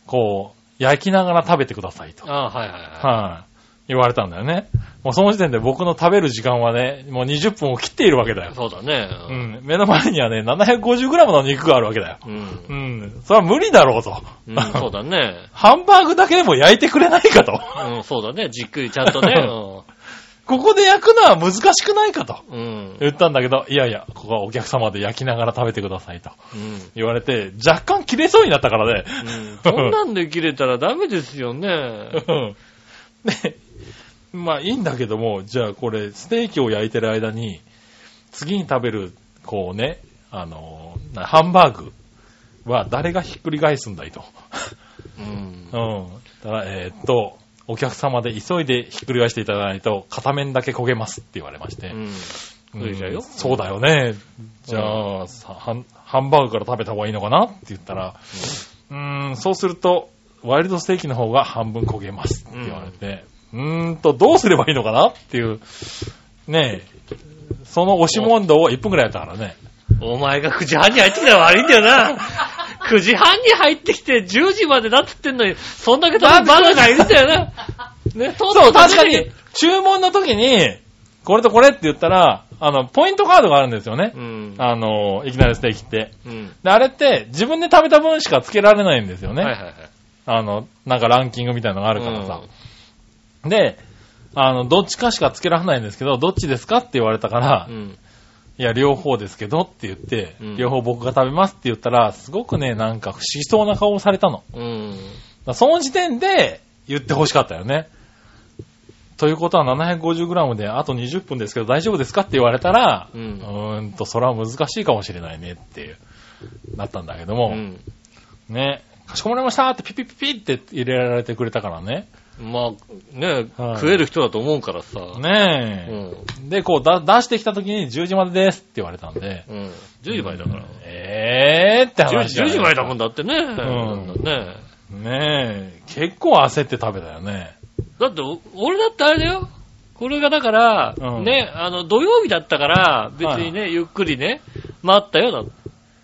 こう、焼きながら食べてくださいと。はい、ああ、はいはいは言われたんだよね。もうその時点で僕の食べる時間はね、もう20分を切っているわけだい。よ。そうだね。うん。目の前にはね、750g の肉があるわけだよ。うん。う。うんそれは無理だろうと。ん。うんそうだね。ハンバーグだけでも焼いてくれないかと。うん、そうだね。じっくりちゃん とね。ここで焼くのは難しくないかと。うん。うん。言ったんだけど、いやいや、ここはお客様で焼きながら食べてくださいとうん。言われて、若干切れそうになったからね。うんそんなんで切れたらダメですよね。うんで、まあいいんだけども、じゃあこれ、ステーキを焼いてる間に、次に食べる、こうね、あの、なハンバーグは誰がひっくり返すんだいと。うんう。ん。だから、えーっと、お客様で急いでひっくり返していただかないと、片面だけ焦げますって言われまして。うん。うんそうだよそうだよね。じゃあ、さハンハンバーグから食べた方がいいのかなって言ったら、うーん、そうすると、ワイルドステーキの方が半分焦げますって言われて、うーんと、どうすればいいのかなっていう、ねえ、その押し問答を1分くらいやったからね。お前が9時半に入ってきたら悪いんだよな。9時半に入ってきて10時までだって言ってんのに、そんだけ多分バナがいるんだよな。ね、そそう、確かに、注文の時に、これとこれって言ったら、あの、ポイントカードがあるんですよねう。ん。あの、いきなりステーキって。うん。で、あれって、自分で食べた分しかつけられないんですよね。はいはいはい。あの、なんかランキングみたいなのがああるからさ。で、あの、どっちかしかつけられないんですけど、どっちですかって言われたから、うん。いや、両方ですけどって言って、うん両方僕が食べますって言ったら、すごくね、なんか不思議そうな顔をされたの。うん。だからその時点で言ってほしかったよね。ということは 750g であと20分ですけど大丈夫ですかって言われたら、ううんーんと、それは難しいかもしれないねっていう、なったんだけども、うん。ね、かしこまりましたってピピピピって入れられてくれたからね。まあ、ね、はい食える人だと思うからさ。うねん。え。で、こうだ出してきた時に10時までですって言われたんで、うん。10時前だから。えーって10話時 ,10 時前だもんだねってね。んねねえ、結構焦って食べたよね。だって、お俺だってあれだよ。これがだから、うんね、あの、土曜日だったから、別にね、ゆっくりね、待ったよ、だって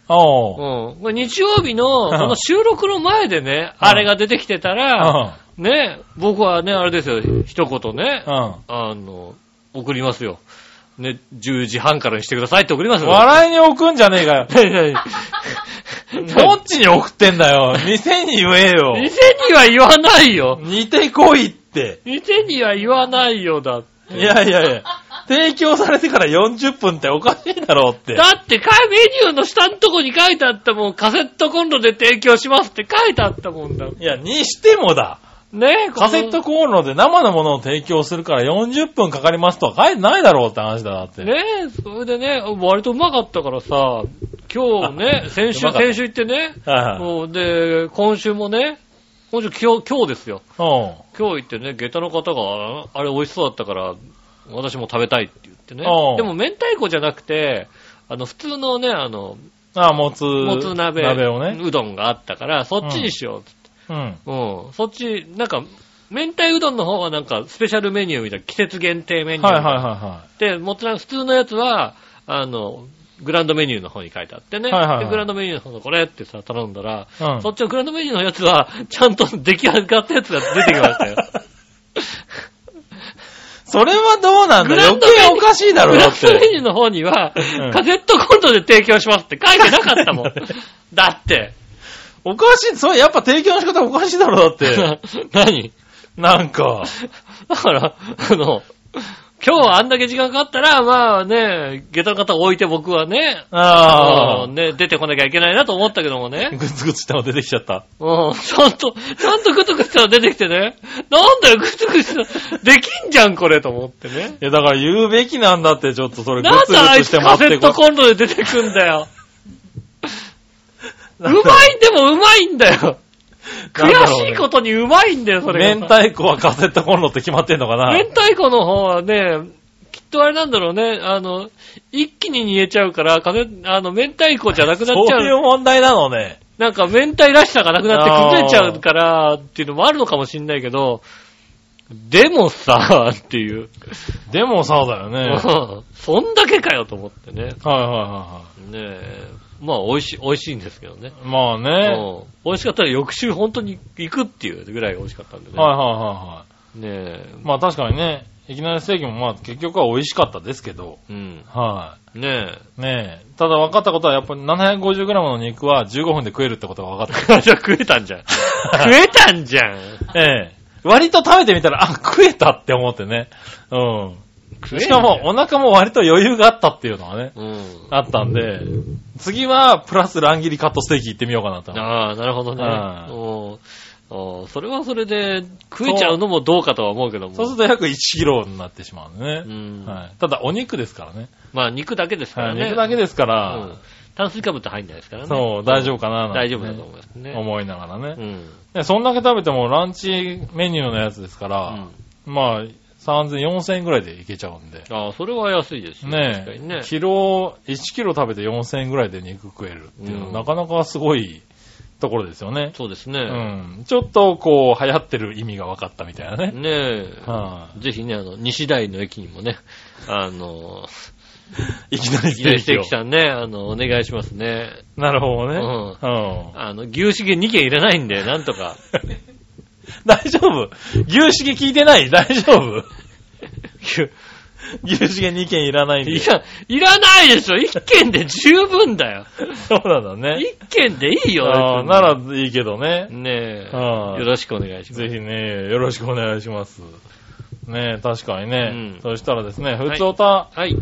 おう。うん。これ日曜日の、うんこの収録の前でね、うんあれが出てきてたら、うんね、僕はね、あれですよ、一言ね、うん。あの、送りますよ。ね、10時半からにしてくださいって送りますよ。笑いに置くんじゃねえかよ。いやいや どっちに送ってんだよ。店に言えよ。店には言わないよ。似てこいって。店には言わないよだって。いやいやいや。提供されてから40分っておかしいだろうっ て。だって、かメニューの下のとこに書いてあったもん、カセットコンロで提供しますって書いてあったもんだ。いや、にしてもだ。ねえ、このカセットコンロで生のものを提供するから40分かかりますとは書いてないだろうって話だなって。ねえ、それでね、割とうまかったからさ、今日 ね、先う週、まかった先週行ってね、はいはいもうで、今週もね、今週今日、今日ですよ。う今日行ってね、下駄の方が、ああれ美味しそうだったから、私も食べたいって言ってね。おうでも明太子じゃなくて、あの、普通のね、あの、ん。ああ、もつ。もつ鍋、をね。うどんがあったから、そっちにしようっつってうん。うん。そっち、なんか、明太うどんの方はなんか、スペシャルメニューみたいな、季節限定メニューみたはいいなはいはで、もちろん普通のやつは、あの、グランドメニューの方に書いてあってね。はいはいはいでグランドメニューの方のこれってさ、頼んだら、いはい。うんそっちのグランドメニューのやつは、ちゃんと出来上がったやつが出てきま したよ。それはどうなんだグラン余ド計メニューおかしいだろグうラだンっドメニュて。ーの方には、うんカセットコントで提供しますって書いてなかったもん 書いてない。だって。おかしい。それやっぱ提供の仕方おかしいだろうだって。 何なんか。だから、あの、今日あんだけ時間かかったら、まあね、下駄の方置いて僕はね、ああのね、出てこなきゃいけないなと思ったけどもねあ。。グツグツしたの出てきちゃった。うん、ちゃんと、ちゃんとグツグツしたら出てきてね。なんだよ、グツグツしたできんじゃん、これ、と思ってね。いや、だから言うべきなんだって、ちょっとそれグなんツであグいツしつてカ待セってットコンロで出てくんだよ。うまなんだいでもうまいんだよ。悔しいことにうまいんだよ、それ明がさ。太子はカセットコンロって決まってんのかな明太子の方はね、きっとあれなんだろうね、あの、一気に煮えちゃうから、かねあの、明太子じゃなくなっちゃ そういうう。問題なのね。なんか、明太らしさがなくなって崩れちゃうから、っていうのもあるのかもしんないけど、でもさ、 っていう。でもさ、だよね。はいはいうん そんだけかよと思ってね。はねえ。まあ、美味しい、美味しいんですけどね。いはい。まあね。うはん美味しかったら翌週本当に行くっていうぐらい美味しかったんでいね。はいはねえい。。まあ確かにね、いきなりステーキもまあ結局は美味しかったですけど。うん。はねい。ねえ。ただ分かったことはやっぱり 750g の肉は15分で食えるってことが分かっ え。 じゃあ食えたんじゃん。食えたんじゃん。た。ええ。割と食べてみたら、あ、食えたって思ってね。うん。食えしかも、お腹も割と余裕があったっていうのはね、うん。あったんで、次は、プラス乱切りカットステーキ行ってみようかなと。ああ、なるほどね。うんうんうんそれはそれで食えちゃうのもどうかとは思うけども。そうすると約1キロになってしまうんでうね。ん。はい、ただ、お肉ですからね。まあ肉だけですかはらい、ね。肉だけですかうんら、炭水化物入んないですからね。そう、大丈夫かななんてね、大丈夫だと思いますね。思いながらねう、ん。でそんだけ食べても、ランチメニューのやつですから、まあ、3000、4000円ぐらいでいけちゃうんで。ああ、それは安いですよ確ねかえにね。キロ、1キロ食べて4000円ぐらいで肉食えるっていうのは、うんなかなかすごいところですよね。そうですね。うんちょっとこう、流行ってる意味が分かったみたいなね。ねえ。はぜひね、あの、西台の駅にもね、あの、いきなりス西テー台スキテーをキさんね、あの、お願いしますね。なるほどね。ううんあの、牛しげ2軒いらないんで、なんとか。大丈夫牛しげ聞いてない大丈夫牛牛資源2件いらないんで。いや、いらないでしょ一件で十分だよそうなんだね。一件でいいよああ、ならいいけどね。ねえ、はいよろしくお願いします。ぜひね、よろしくお願いします。ねえ、確かにね。うんそしたらですね、ふつおた、はい。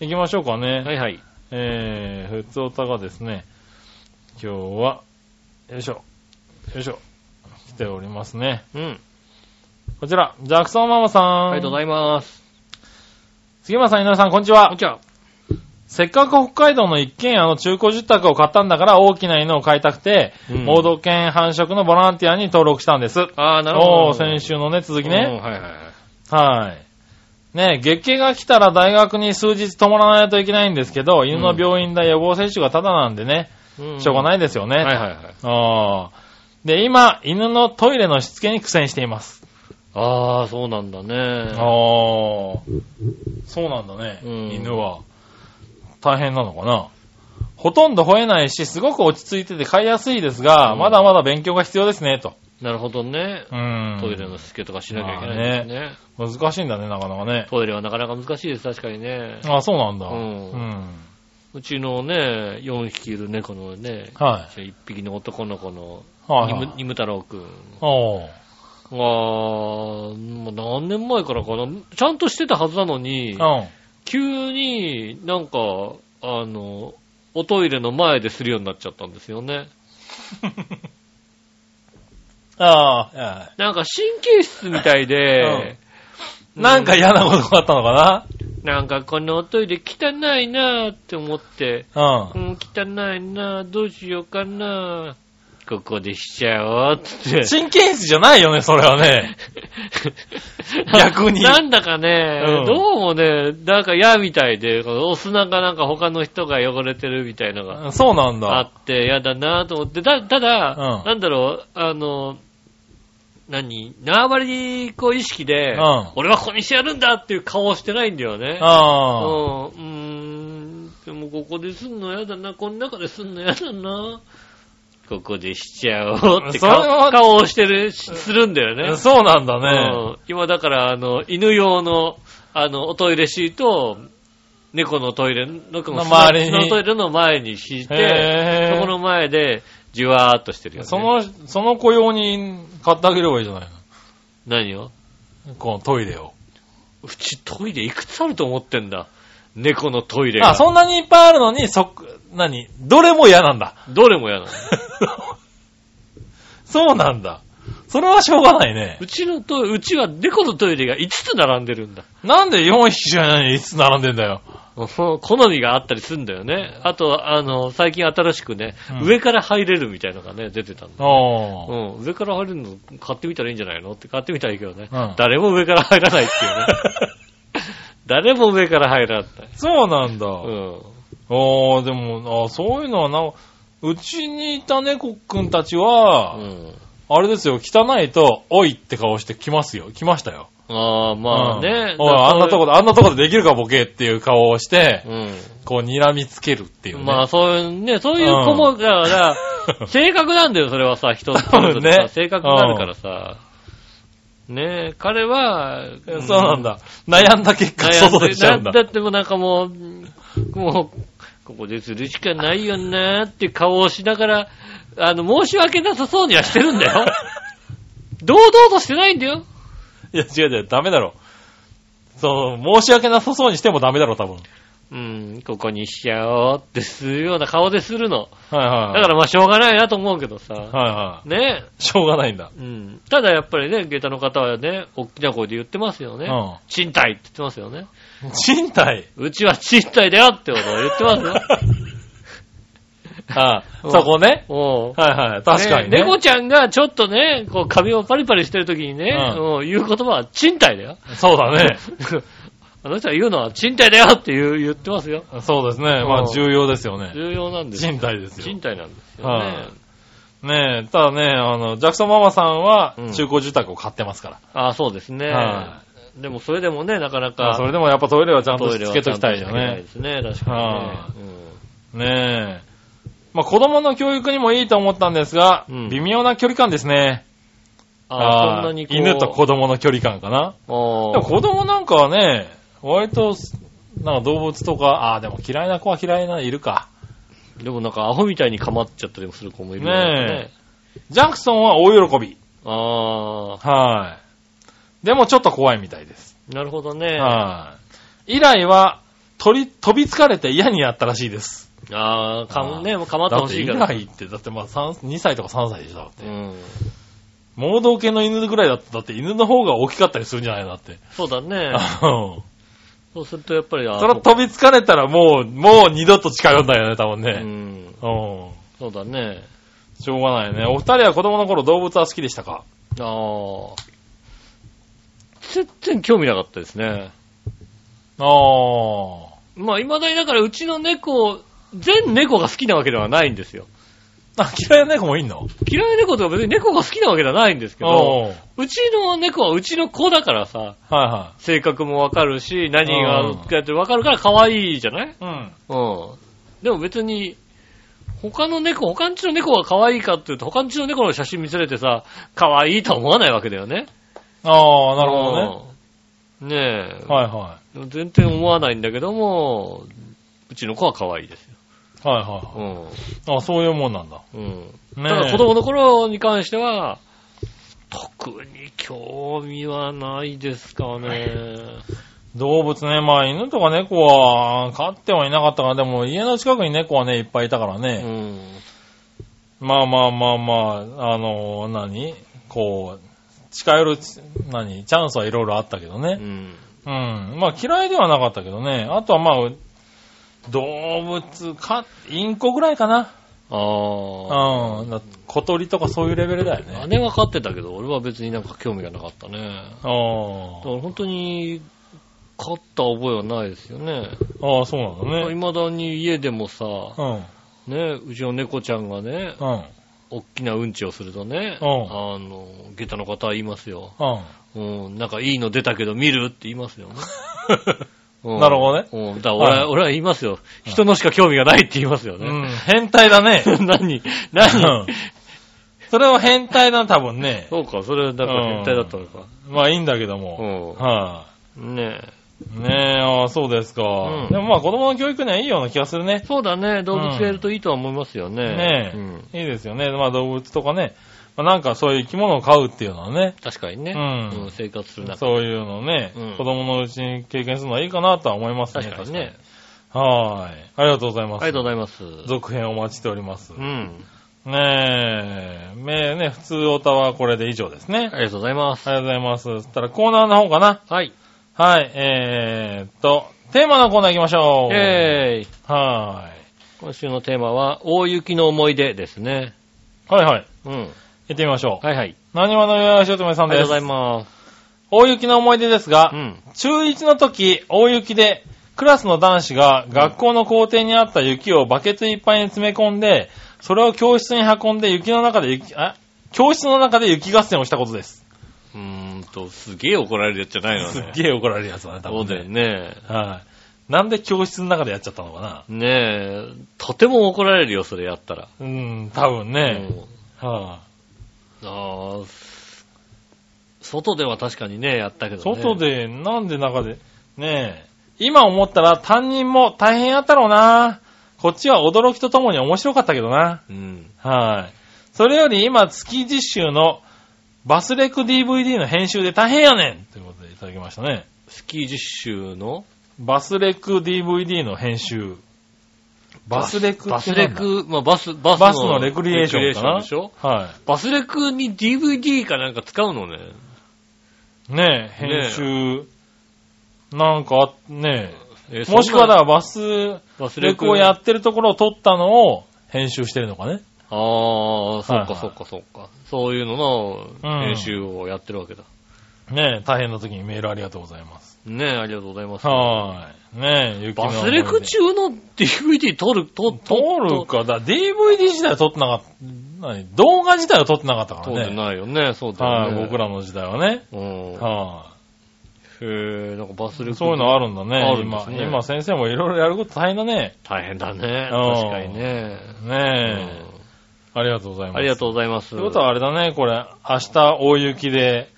行きましょうかね。はいはい。えー、ふつおたがですね、今日は、よいしょ、よいしょ、来ておりますね。うん。こちら、ジャクソンママさん。ありがとうございます。杉村さん、井上さん、こんにちこんはに。ちは。せっかく北海道の一軒家の中古住宅を買ったんだから大きな犬を飼いたくて、うん盲導犬繁殖のボランティアに登録したんです。ああ、なるほおど。ー先週のね、続きうんね。はいはいはい。はい。ね月経が来たら大学に数日泊まらないといけないんですけど、犬の病院代予防接種がタダなんでね、しょうがないですよいね。はいはいはい。あーで、今、犬のトイレのしつけに苦戦しています。ああ、そうなんだね。あーそうなんだね、うん犬は。大変なのかな。ほとんど吠えないし、すごく落ち着いてて飼いやすいですが、うんまだまだ勉強が必要ですね、と。なるほどね。うん。トイレのしつけとかしなきゃいけないですね。難しいんだね、なかなかね。トイレはなかなか難しいです、確かにね。あそうなんだ。うんうんうちのね、4匹いる猫のね、は1匹の男の子の、い。はい、にはいむにむ太郎くんおーが、もう何年前からかな、ちゃんとしてたはずなのに、うん。急になんか、あの、おトイレの前でするようになっちゃったんですよね。あーはいはいなんか神経質みたいで、なんか嫌なことがあったのかなんかこのおトイレ汚いなーって思って、なうん、汚いな、どうしようかな、ここでしちゃおう、つってうん。。神経質じゃないよね、それはね。 逆になんだかね、うんどうもね、なんか嫌みたいで、このお砂がなんか他の人が汚れてるみたいのがそうなんあだ。って、嫌だなと思って、だただ、うんなんだろう、あの、何縄張りこう意識で、うん俺はここにしてやるんだっていう顔をしてないんだよね。うああ。ん、うーん、でもここですんのやだな、この中ですんのやだな。ここでしちゃおうってそれ顔は顔をしてる、しするんだよね。そうなんだうね。ん今だから、あの、犬用の、あの、おトイレシートを、猫のトイレ、猫のの周りに砂のトイレの前に敷いて、そへーこの前で、じわーっとしてるよね。その、その子用に買ってあげればいいじゃない何をの。このトイレを。うちトイレいくつあると思ってんだ猫のトイレが。あ、そんなにいっぱいあるのに、そ、何どれも嫌なんだ。 どれも嫌なの。そうなんだ。それはしょうがないね。うちのトイレ、うちは猫のトイレが5つ並んでるんだ。 なんで4匹じゃないのにいつ並んでんだよ。そう好みがあったりするんだよね。あと、あの、最近新しくね、うん上から入れるみたいのがね、出てたんだ。おー。うん、上から入れるの買ってみたらいいんじゃないのって買ってみたらいいけどね。うん誰も上から入らないっていうね。 誰も上から入らない。そうなんだ。うん。おー、でも、あそういうのはな、うちにいた猫くんたちうは、ん。あれですよ、汚いと、おいって顔して来ますよ。来ましたよ。ああ、まあね。うんおい、あんなとこで、あんなとこでできるかボケっていう顔をして、うこう、睨みつけるっていうね。ん。まあ、そういうね、そういう子も、だから、性格なんだよ、それはさ、人って多分ね性格になるからさ。ねえ、彼は、えそうなんだ。悩んだ結果、悩ん外で出ちゃうんだだ。だってもうなんかもう、もう、ここでするしかないよなーっていう顔をしながら、あの、申し訳なさそうにはしてるんだ よ。堂々としてないんだよ。いや、違う違う、ダメだろ。そう、申し訳なさそうにしてもダメだろ、多分。うん、ここにしちゃおうってするような顔でするの。だはいはい。からまあしょうがないなと思うけどさ。はいはい。ねしょうがないんだ。うん。ただやっぱりね、下駄の方はね、大きな声で言ってますよね。うん賃貸って言ってますよね。賃貸。うちは賃貸だよってことを言ってますよ。 あうんそこね。おうはいはい。確かにね。猫ちゃんがちょっとね、こう髪をパリパリしてる時にね、うもう言う言葉は賃貸だよ。 そうだね。あの人は言うのは賃貸だよって言う言ってますよ。そうですね。うまあん重要ですよね。重要なんですよ。賃貸ですよ賃。貸なんですよはねい。ねえ、ただね、あの、ジャクソンママさんはうん中古住宅を買ってますから。ああ、そうですねは。でもそれでもね、なかなまあかそれでもやっぱトイレはちゃんとトイしレつはけちとゃきんとたしいよてないねで。すね、確かにね。ねえ。まあ子供の教育にもいいと思ったんですが、うん微妙な距離感ですね。ああ、そあんーなにこう犬と子供の距離感かな。でもあ子供なんかはね、割と、なんか動物とか、ああ、でも嫌いな子は嫌いな、いるか。でもなんかアホみたいに構っちゃったりもする子もいるよねジャクソンは大喜び。あはい。でもちょっと怖いみたいです。あ、なるほどね。はい。以来は、鳥、飛びつかれて嫌になったらしいです。ああ、かあーんね、もう構ってだほってしい以から。来って、だってまあ三2歳とか3歳でしょ、だって。うん。盲導犬の犬ぐらいだったらだって犬の方が大きかったりするんじゃないのだって。そうだね。うんそうするとやっぱり、あーそれは飛びつかれたらもう、もう二度と近寄んないよね、多分うね。ん。うん。そうだね。しょうがないね。お二人は子供の頃動物は好きでしたかああ。全然興味なかったですね。ああ。まあ、未だにだからうちの猫、全猫が好きなわけではないんですよ。あ、嫌いな猫もいんの嫌いな猫とか別に猫が好きなわけではないんですけど、おーうちの猫はうちの子だからさ、は性格もわかるし、何うんがやってわかるから可愛いじゃないいはい。うん。でも別に、他の猫、他んちの猫が可愛いかって言うと、他んちの猫の写真見せれてさ、可愛いとは思わないわけだよね。うん。ああ、なるほどね。うん。ねえ。はいはでも全然思わないんだけども、うちの子は可愛いですよ。い。はいはうん。い。あそういうもんなんだ。うん。ねえただ子供の頃に関しては、特に興味はないですかね。動物ね、まあ犬とか猫は飼ってはいなかったから、でも家の近くに猫はね、いっぱいいたからうね。ん。まあまあまあまあ、あの何こう、近寄るち、何チャンスはいろいろあったけどうね。ん。うん。まあ嫌いではなかったけどね。あとはまあ、動物か、インコぐらいかな。あうん。だ小鳥とかそういうレベルだよあ。姉ね。は飼ってたけど、俺は別になんか興味がなかったね。あだから本当に、飼った覚えはないですよね。あ。ああ、そうなんだね。未だに家でもさ、うん。ね、うちの猫ちゃんがね、うん。うん。おっきなうんちをするとね、うんあの、下駄の方は言いますよ。うん、なんかいいの出たけど見るって言います よね。うんなるほどね。うん、だから俺は、はい俺は言いますよ。人のしか興味がないって言いますようんね。。変態だね。 何うん何それは変態だ、多分ね。そうか、それはなんか変態だったのか。まあいいんだけどうも。ん。はねい、ねえ、ああ、そうですか。うんでもまあ子供の教育にはいいような気がするねえ。そうだね、動物がいるといいとは思いますよね。ねえ、うんいいですよね。まあ動物とかね。まあなんかそういう生き物を飼うっていうのはね。確かにね、うんうん生活する中でそういうのをね、うん子供のうちに経験するのはいいかなとは思いますね。確かにね。確かに。はーい。ありがとうございます。ありがとうございます。う続編お待ちしております。ねん。え、めね、普通オタはこれで以上ですね。ありがとうございます。ありがとうございます。そしたらコーナーの方かな。はい。はい、えーっと、テーマのコーナー行きましょう。えーイは今週のテーマは、大雪の思い出ですね。ーい。はいはい。うん。行ってみましょう。はいはい。何話のよやしおとめさあんりがでとうすござい。ます。大雪の思い出ですがう、ん。中1の時、大雪で、クラスの男子が学校の校庭にあった雪をバケツいっぱいに詰め込んで、それを教室に運んで雪の中で雪、あ教室の中で雪合戦をしたことです。うーんと、すげえ怒られるやつじゃないの すねっ。げえ怒られるやつだね、多そうだ分よね。ね。はい。なんで教室の中でやっちゃったのかなねえ、とても怒られるよ、それやったら。うん、多分ね。うんはああ、外では確かにね、やったけいどね。外で、なんで中で、ねえ。今思ったら担任も大変やったろうな。こっちは驚きとともに面白かったけどな。うん。はい。それより今、月実習のバスレク DVD の編集で大変やねんということでいただきましたね。スキー実習のバスレク DVD の編集。バスレクってバスレなんだク、まあバス、バスバスのレクリエーションかレクリなエでしょはバスレクに DVD かなんか使うのね。い。ねえ、ねえ編集。なんかあっ、ねええ。もしくはだだからバスバスレレククをやってるところを撮ったのを編集してるのかね。ああ、そはっいはかいそっかそっか。そういうののうん練習をやってるわけだ。ねえ、大変な時にメールありがとうございます。ねえ、ありがとうございます。はーい。ねえ、雪のバ思い出スレク中の DVD 撮る、撮、撮るか、だ DVD 自体は撮ってなかった、何動画自体は撮ってなかったか撮っらてね。ないよね、そうだはよい、ね。僕らの時代はね。うん。はへえ、なんかバスレい。ク。そういうのあるんだね。あるんで今す、ね今先生もいろいろやること大変だね。大変だね。うん確かにね。ねえ、ありがとうございうんます。ありがととうございます。う。ってことはあれだね、これ、明日大雪で、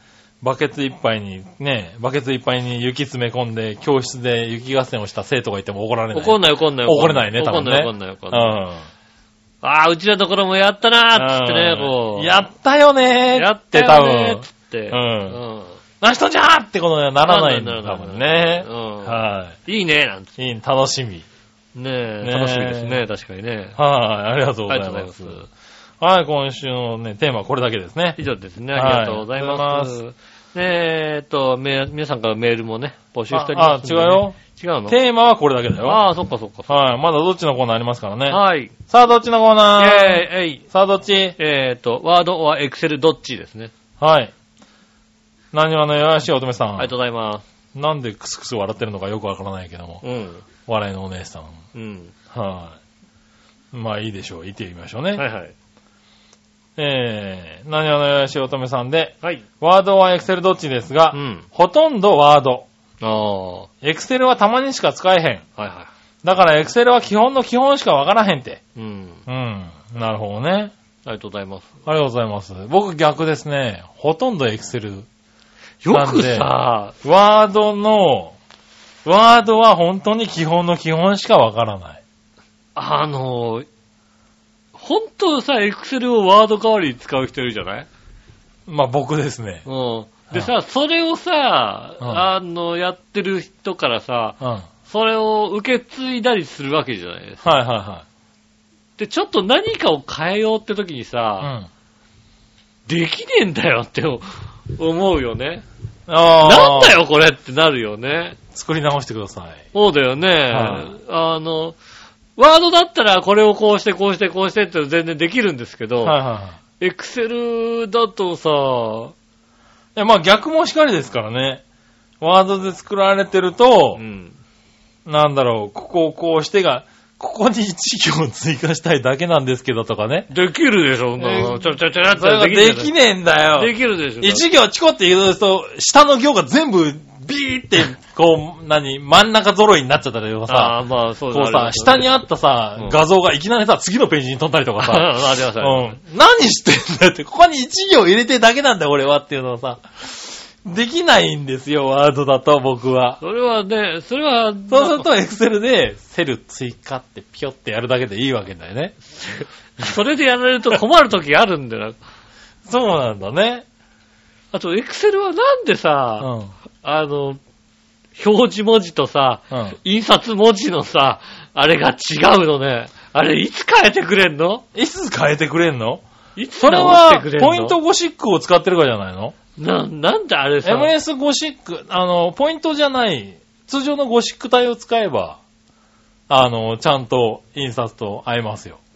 バケツいっぱいに、ね、バケツいっぱいに雪詰め込んで、教室で雪合戦をした生徒がいても怒られない。怒んない怒んない怒れないね、多怒ん分ね。ない怒んない怒んない。うん。ああ、うちのところもやったなーっつってね、うんこう。やったよねーやっってて多た分っ、つって。ううんん。な人じゃーってことにはならないんだよ、なら多ない分ならないね。うんはいいね、なんて。い。いい、楽しみ。ねねええ、楽しみですね、確かにね。はい、ありがとうごあざりがというまごすざい。ます。はい、今週のね、テーマはこれだけですね。以上ですね、はいありがとうございまありす。ねえ、えっと、め皆さんからメールもね、募集しておりあまあ、すん違うでね、よ。違うのテーマはこれだけだよ。ああ、そっかそっか。はい、まだどっちのコーナーありますからね。はい。イさあ、どっちのコーェナーイーえいさあ、どっちえっと、ワードはエクセルどっちですね。はい。何話のよやしい乙女さありがとうん。ございます。なんでクスクス笑ってるのかよくわからないけども。うん。笑いのお姉さん。うん。はい。まあいいでしょう。いてみましょうね。はいはい。えー、何話のよやしい乙女さんで、はい。ワードはエクセルどっちですが、うん。ほとんどワード。ああ、はエクセルはたまにしか使えへん。いはだからエクセルは基本の基本しかわからへんて。い。うん。うん。なるほどね。ありがとうございます。ありがとうございます。僕逆ですね。ほとんどエクセル。よなんくでさ、ワードの、ワードは本当に基本の基本しかわからない。あの、本当さ、エクセルをワード代わりに使う人いるじゃないまあ僕ですね。うん。でさ、それをさ、うんあの、やってる人からさ、うん。はいそれを受け継いだりするわけじゃないですか。はいはで、ちょっと何かを変えようって時にい。うさ、ん。できねえんだよって思うよね。あなんだよよこれってなるよね。作り直してください。そうだよね。はいあの、ワードだったらこれをこうしてこうしてこうしてって全然できるんですけど、はいはいはい。エクセルだとさ、いや、まあ逆もしかりですからね。ワードで作られてるとう、ん。なんだろう、ここをこうしてが、ここに一行追加したいだけなんですけどとかね。できるでしょ、そんなえーの。ちょちょちょちょっそれとができるじゃでないきねえんだよ。できるでしょ。一行チコって言うと、下の行が全部ビーって、こう、何、真ん中揃いになっちゃったりとかあさ、あ、まあ、そうこうさ、下にあったさう、ん画像がいきなりさ、次のページに飛んだ りとかさ、あありました。うん。何してんだよって、ここに一行入れてるだけなんだよ、俺はっていうのをさ、できないんですよ、ワードだと、僕は。それはね、それは、そうすると、エクセルで、セル追加ってピョってやるだけでいいわけだよね。それでやられると困る時あるんだよな。そうなんだね。 あと、エクセルはなんでうさ、ん。あの、表示文字とさ、うん。印刷文字のさ、あれが違うのね。あれ、いつ変えてくれんのいつ変えてくれんのいつそれ直してはくれ、んのポイントゴシックを使ってるからじゃないのな、なんであれさ、 ?MS ゴシック、あの、ポイントじゃない、通常のゴシック体を使えば、あの、ちゃんと印刷と合いますよ。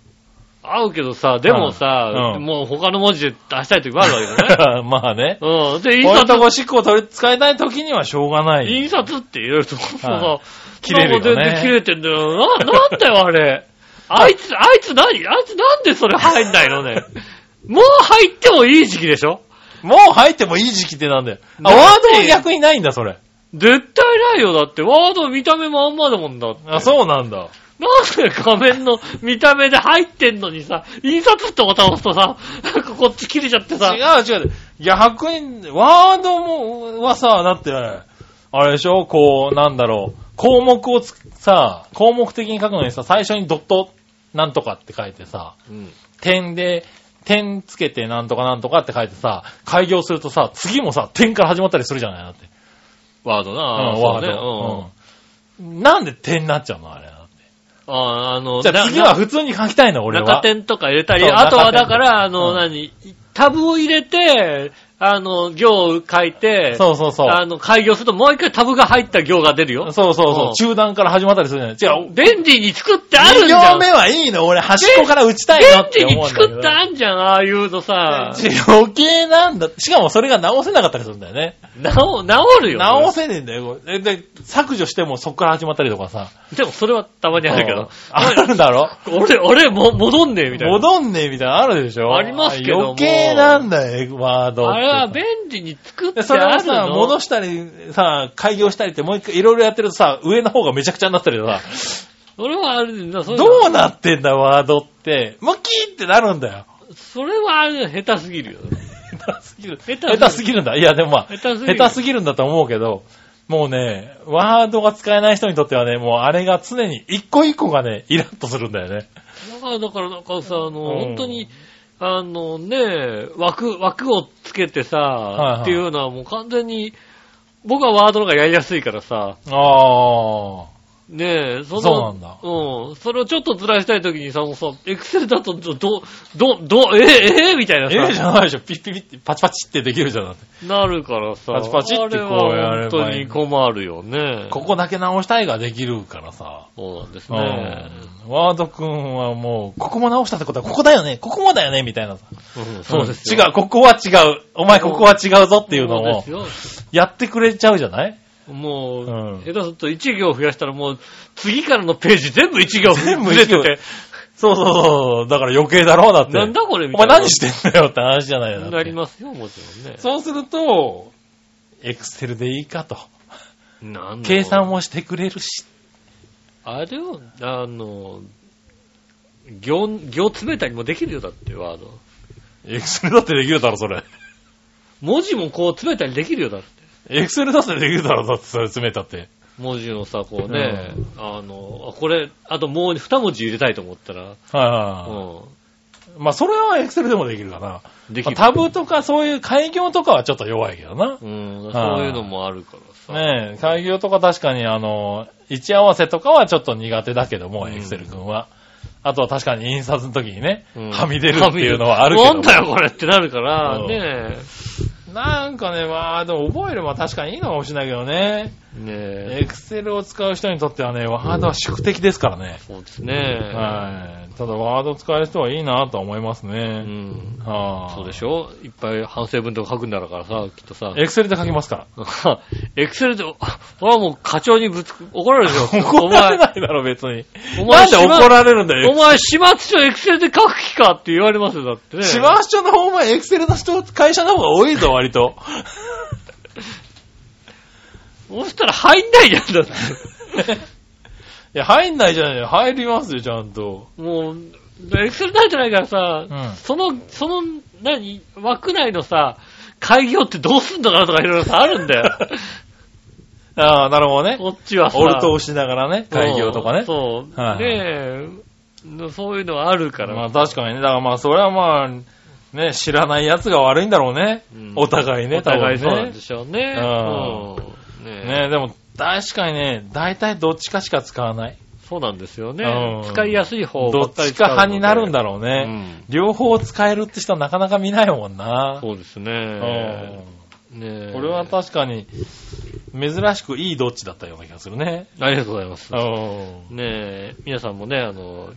合うけどさ、でもさ、うんもう他の文字で出したい時もあるわけだ ね。まあね。うん。で、印ポイント刷、ゴシックを取り、使いたい時にはしょうがない。印刷って入れると、はさ、切れるよねなんか全然切れてんだよ。な、なんだよ、あれ。 あいつ、あいつ何あいつなんでそれ入んないのね。 もう入ってもいい時期でしょもう入ってもいい時期ってなんだよ。あ、だってワードも逆にないんだ、それ。絶対ないよ、だって。ワード見た目まんまだもんだって。あ、そうなんだ。なんで画面の見た目で入ってんのにさ、印刷ってボタン押すとさ、なんかこっち切れちゃってさ違、う違う。逆に、ワードも、はさ、だって、あれでしょこう、なんだろう。項目をつ、さ、項目的に書くのにさ、最初にドット、なんとかって書いてさ、点で、点つけてなんとかなんとかって書いてさ、開業するとさ、次もさ、点から始まったりするじゃないだって。ワードな、うん、ワワード。うーんド。うん。なんで点になっちゃうのあれ。あーあの、じゃあな次は普通に書きたいの俺なは。中点とか入れたり、そうあとは中点だから、あの、うん何、タブを入れて、あの、行を書いて、そうそうそう。あの、開業するともう一回タブが入った行が出るよ。そうそうそうう。ん中段から始まったりするじゃない。違う。便利に作ってある2じゃ行ん。目はいいの俺端っこから打ちたいなって便利思にうんだけ作ど。ってあんじゃん、ああいうのさ。余計なんだ。しかもそれが直せなかったりするんだよね。直、直るよ。直せねえんだよ。えで、削除してもそこから始まったりとかさ。でもそれはたまにあるけど。あるだろ俺、俺、も、戻んねえみたいな。戻んねえみたいなのあるでしょありますけども余計なんだよ、ワードって。あれは便利に作ってで、それあをるさ、の戻したり、さ、開業したりってもう一回いろいろやってるとさ、上の方がめちゃくちゃになったりとかさ、それはあるんだ、それはどうなってんだ、ワードって。ムキーってなるんだよ。それはあれ下手すぎるよ。下手すぎる。下手すぎ下る手すぎるんだ。いや、でもま下あ、手すぎ下る。手すぎるんだと思うけど、もうね、ワードが使えない人にとってはね、もうあれが常に一個一個がね、イラッとするんだよね。だから、だからなんかさ、あの、うん本当に、あのね、枠、枠をつけてさ、いはいっていうのはもう完全に、僕はワードの方がやりやすいからさ、ああ。ねえ、その、そうなんだうん。それをちょっとずらしたいときにさ、もうさ、エクセルだと、ど、ど、ど、どえええみたいなええじさ、ゃないでしょ。ピッピピッて、パチパチってできるじゃん。だってなるからさ、パチパチってこうやればいいあれは本当に困るよね。ここだけ直したいができるからさ。そうなんですうね。んワードくんはもう、ここも直したってことは、ここだよね、ここもだよね、みたいなさ。うんそうですよ。違う、ここは違う。お前、ここは違うぞっていうのをそう、ですよ。やってくれちゃうじゃないもう、うん下手すると1行増やしたらもう、次からのページ全部1行全部増や一て行て、そうそうそう。だから余計だろう、だって。なんだこれみおた前いな。何してんだよって話じゃないよ。だってなりますよ、もちろんね。そうすると、エクセルでいいかと。なんだろう計算もしてくれるし。あれを、あの、行、行詰めたりもできるよ、だって、ワード。エクセルだってできるだろ、それ。文字もこう詰めたりできるよ、だって。エクセルだってできるだろ、だってそれ詰めたって。文字のさ、こうね、あの、あこれ、あともう二文字入れたいと思ったら、はいはいはうい。まあ、それはエクセルでもできるかな。ん、できまある。タブとかそういう開業とかはちょっと弱いけどな。うん、そういうのもあるからさ。ねえ、開業とか確かにあの、位置合わせとかはちょっと苦手だけどうも、んエクセル君は。あとは確かに印刷の時にね、うんはみ出るっていうのはあるけなど。んだよ、これってなるから、うんねなんかね、まあ、でも覚えれば確かにいいのかもしれないけどね。え。ねえ。エクセルを使う人にとってはね、ワードは宿敵ですからね。そうですね。はい。ただワードを使える人はいいなとは思いますうね。ん。はあ、そうでしょいっぱい反省文とか書くんだからさ、きっとさ。 エクセルで書きますから。エクセルで、あ俺はもう課長にぶつく、怒られるよ。 怒られないだろ、別に。お前、なんで怒られるんだれおよ。前、始末書エクセルで書く気かって言われますよ、だってね。シマショの方もエクセルの人、会社の方が多いぞ、割と。そしたら入んないじゃん、だって。 いや、入んないじゃない入りますよ、ちゃんと。もう、エクセルないじゃないからさ、うんその、その、何、枠内のさ、開業ってどうすんだかなとかいろいろさ、あるんだ よ。ああ、なるほどね。こっちはさ。オルトをしながらね、開業とかね。そう。はいねえ、そういうのはあるから。まあ確かにね、だからまあそれはまあ、ね、知らない奴が悪いんだろうね。うんお互いね、お互い多そう分なんねで。しょうね。うんうんねえね、でも確かにね、大体どっちかしか使わない。そうなんですよね。うん使いやすい方どばっりち使かうので派になるんだろううね。ん両方使えるって人はなかなか見ないもんな。そうですうね。んねえこれは確かに、珍しくいいどっちだったような気がするね。ありがとうございます。うんねえ、皆さんもね、あの、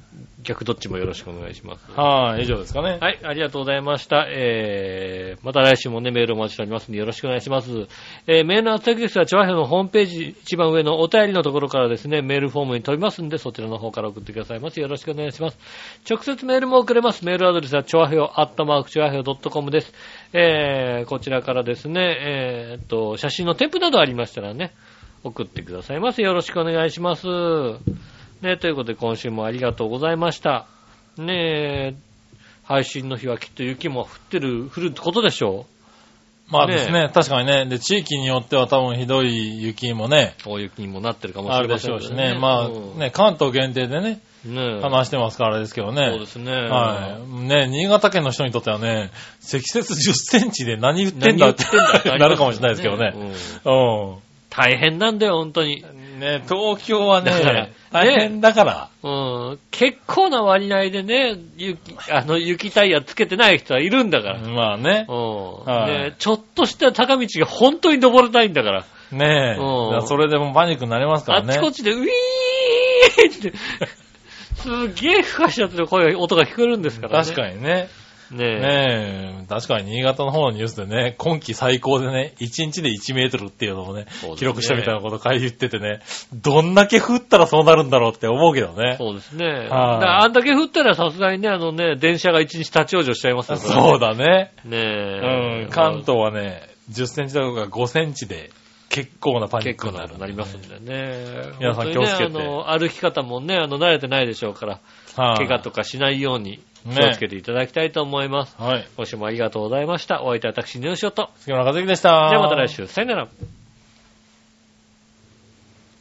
逆どっちもよろしくお願いします。はい、以上ですかね。はい、ありがとうございました。えー、また来週もね、メールお待ちしておりますんで、よろしくお願いします。えー、メールの宛先ですが、チョアヘのホームページ、一番上のお便りのところからですね、メールフォームに飛びますんで、そちらの方から送ってくださいませ。よろしくお願いします。直接メールも送れます。メールアドレスは、チョアヘオ、アットマーク、チョアヘオ .com です。えー、こちらからですね、えー、っと、写真の添付などありましたらね、送ってくださいませ。よろしくお願いします。ね、ということで、今週もありがとうございました。ねえ、配信の日はきっと雪も降ってる、降るってことでしょまあですねね確かにね。で、地域によっては多分ひどい雪もね、う。大雪にもなってるかもあしるれでましせょんうけしどね。まうんあね、関東限定でね、ねえ話してますからですけどね。そうですね。はい。ね、新潟県の人にとってはね、積雪10センチで何言って何んだ言っっててんだってありますよねなるかもしれないですけどね。うんう大変なんだよ、本当に。ん。ね、東京はだからね、大変だから。うん。結構な割合でね、雪、あの、雪タイヤつけてない人はいるんだから。まあね、うん。はいねえちょっとした坂道が本当に登れないんだから。ねえ、うんだからそれでもパニックになりますかあらっね。ちこっちで、ウィーンって、すげえふかしちゃってる声が、音が聞こえるんですからね。確かにね。に。ねえ。ねえ、確かに新潟の方のニュースでね、今季最高でね、1日で1メートルっていうのをそうね、ですね記録したみたいなこと書いて言っててね、どんだけ降ったらそうなるんだろうって思うけどね。そうですね。だかはいらあんだけ降ったらさすがにね、あのね、電車が一日立ち往生しちゃいますそよねうだね。ねえう。ん、関東はね、10センチとか5センチで結構なパニッ結ク構にななる、なりますんでね。皆さん本当にね気をつけてあの、歩き方もね、あの、慣れてないでしょうから、はい。怪我とかしないように。ね気をつけていただきたいと思います。はい。今週もありがとうございました。お相手は私、ネオシオと。杉村和之でした。ではまた来。週。さよなら。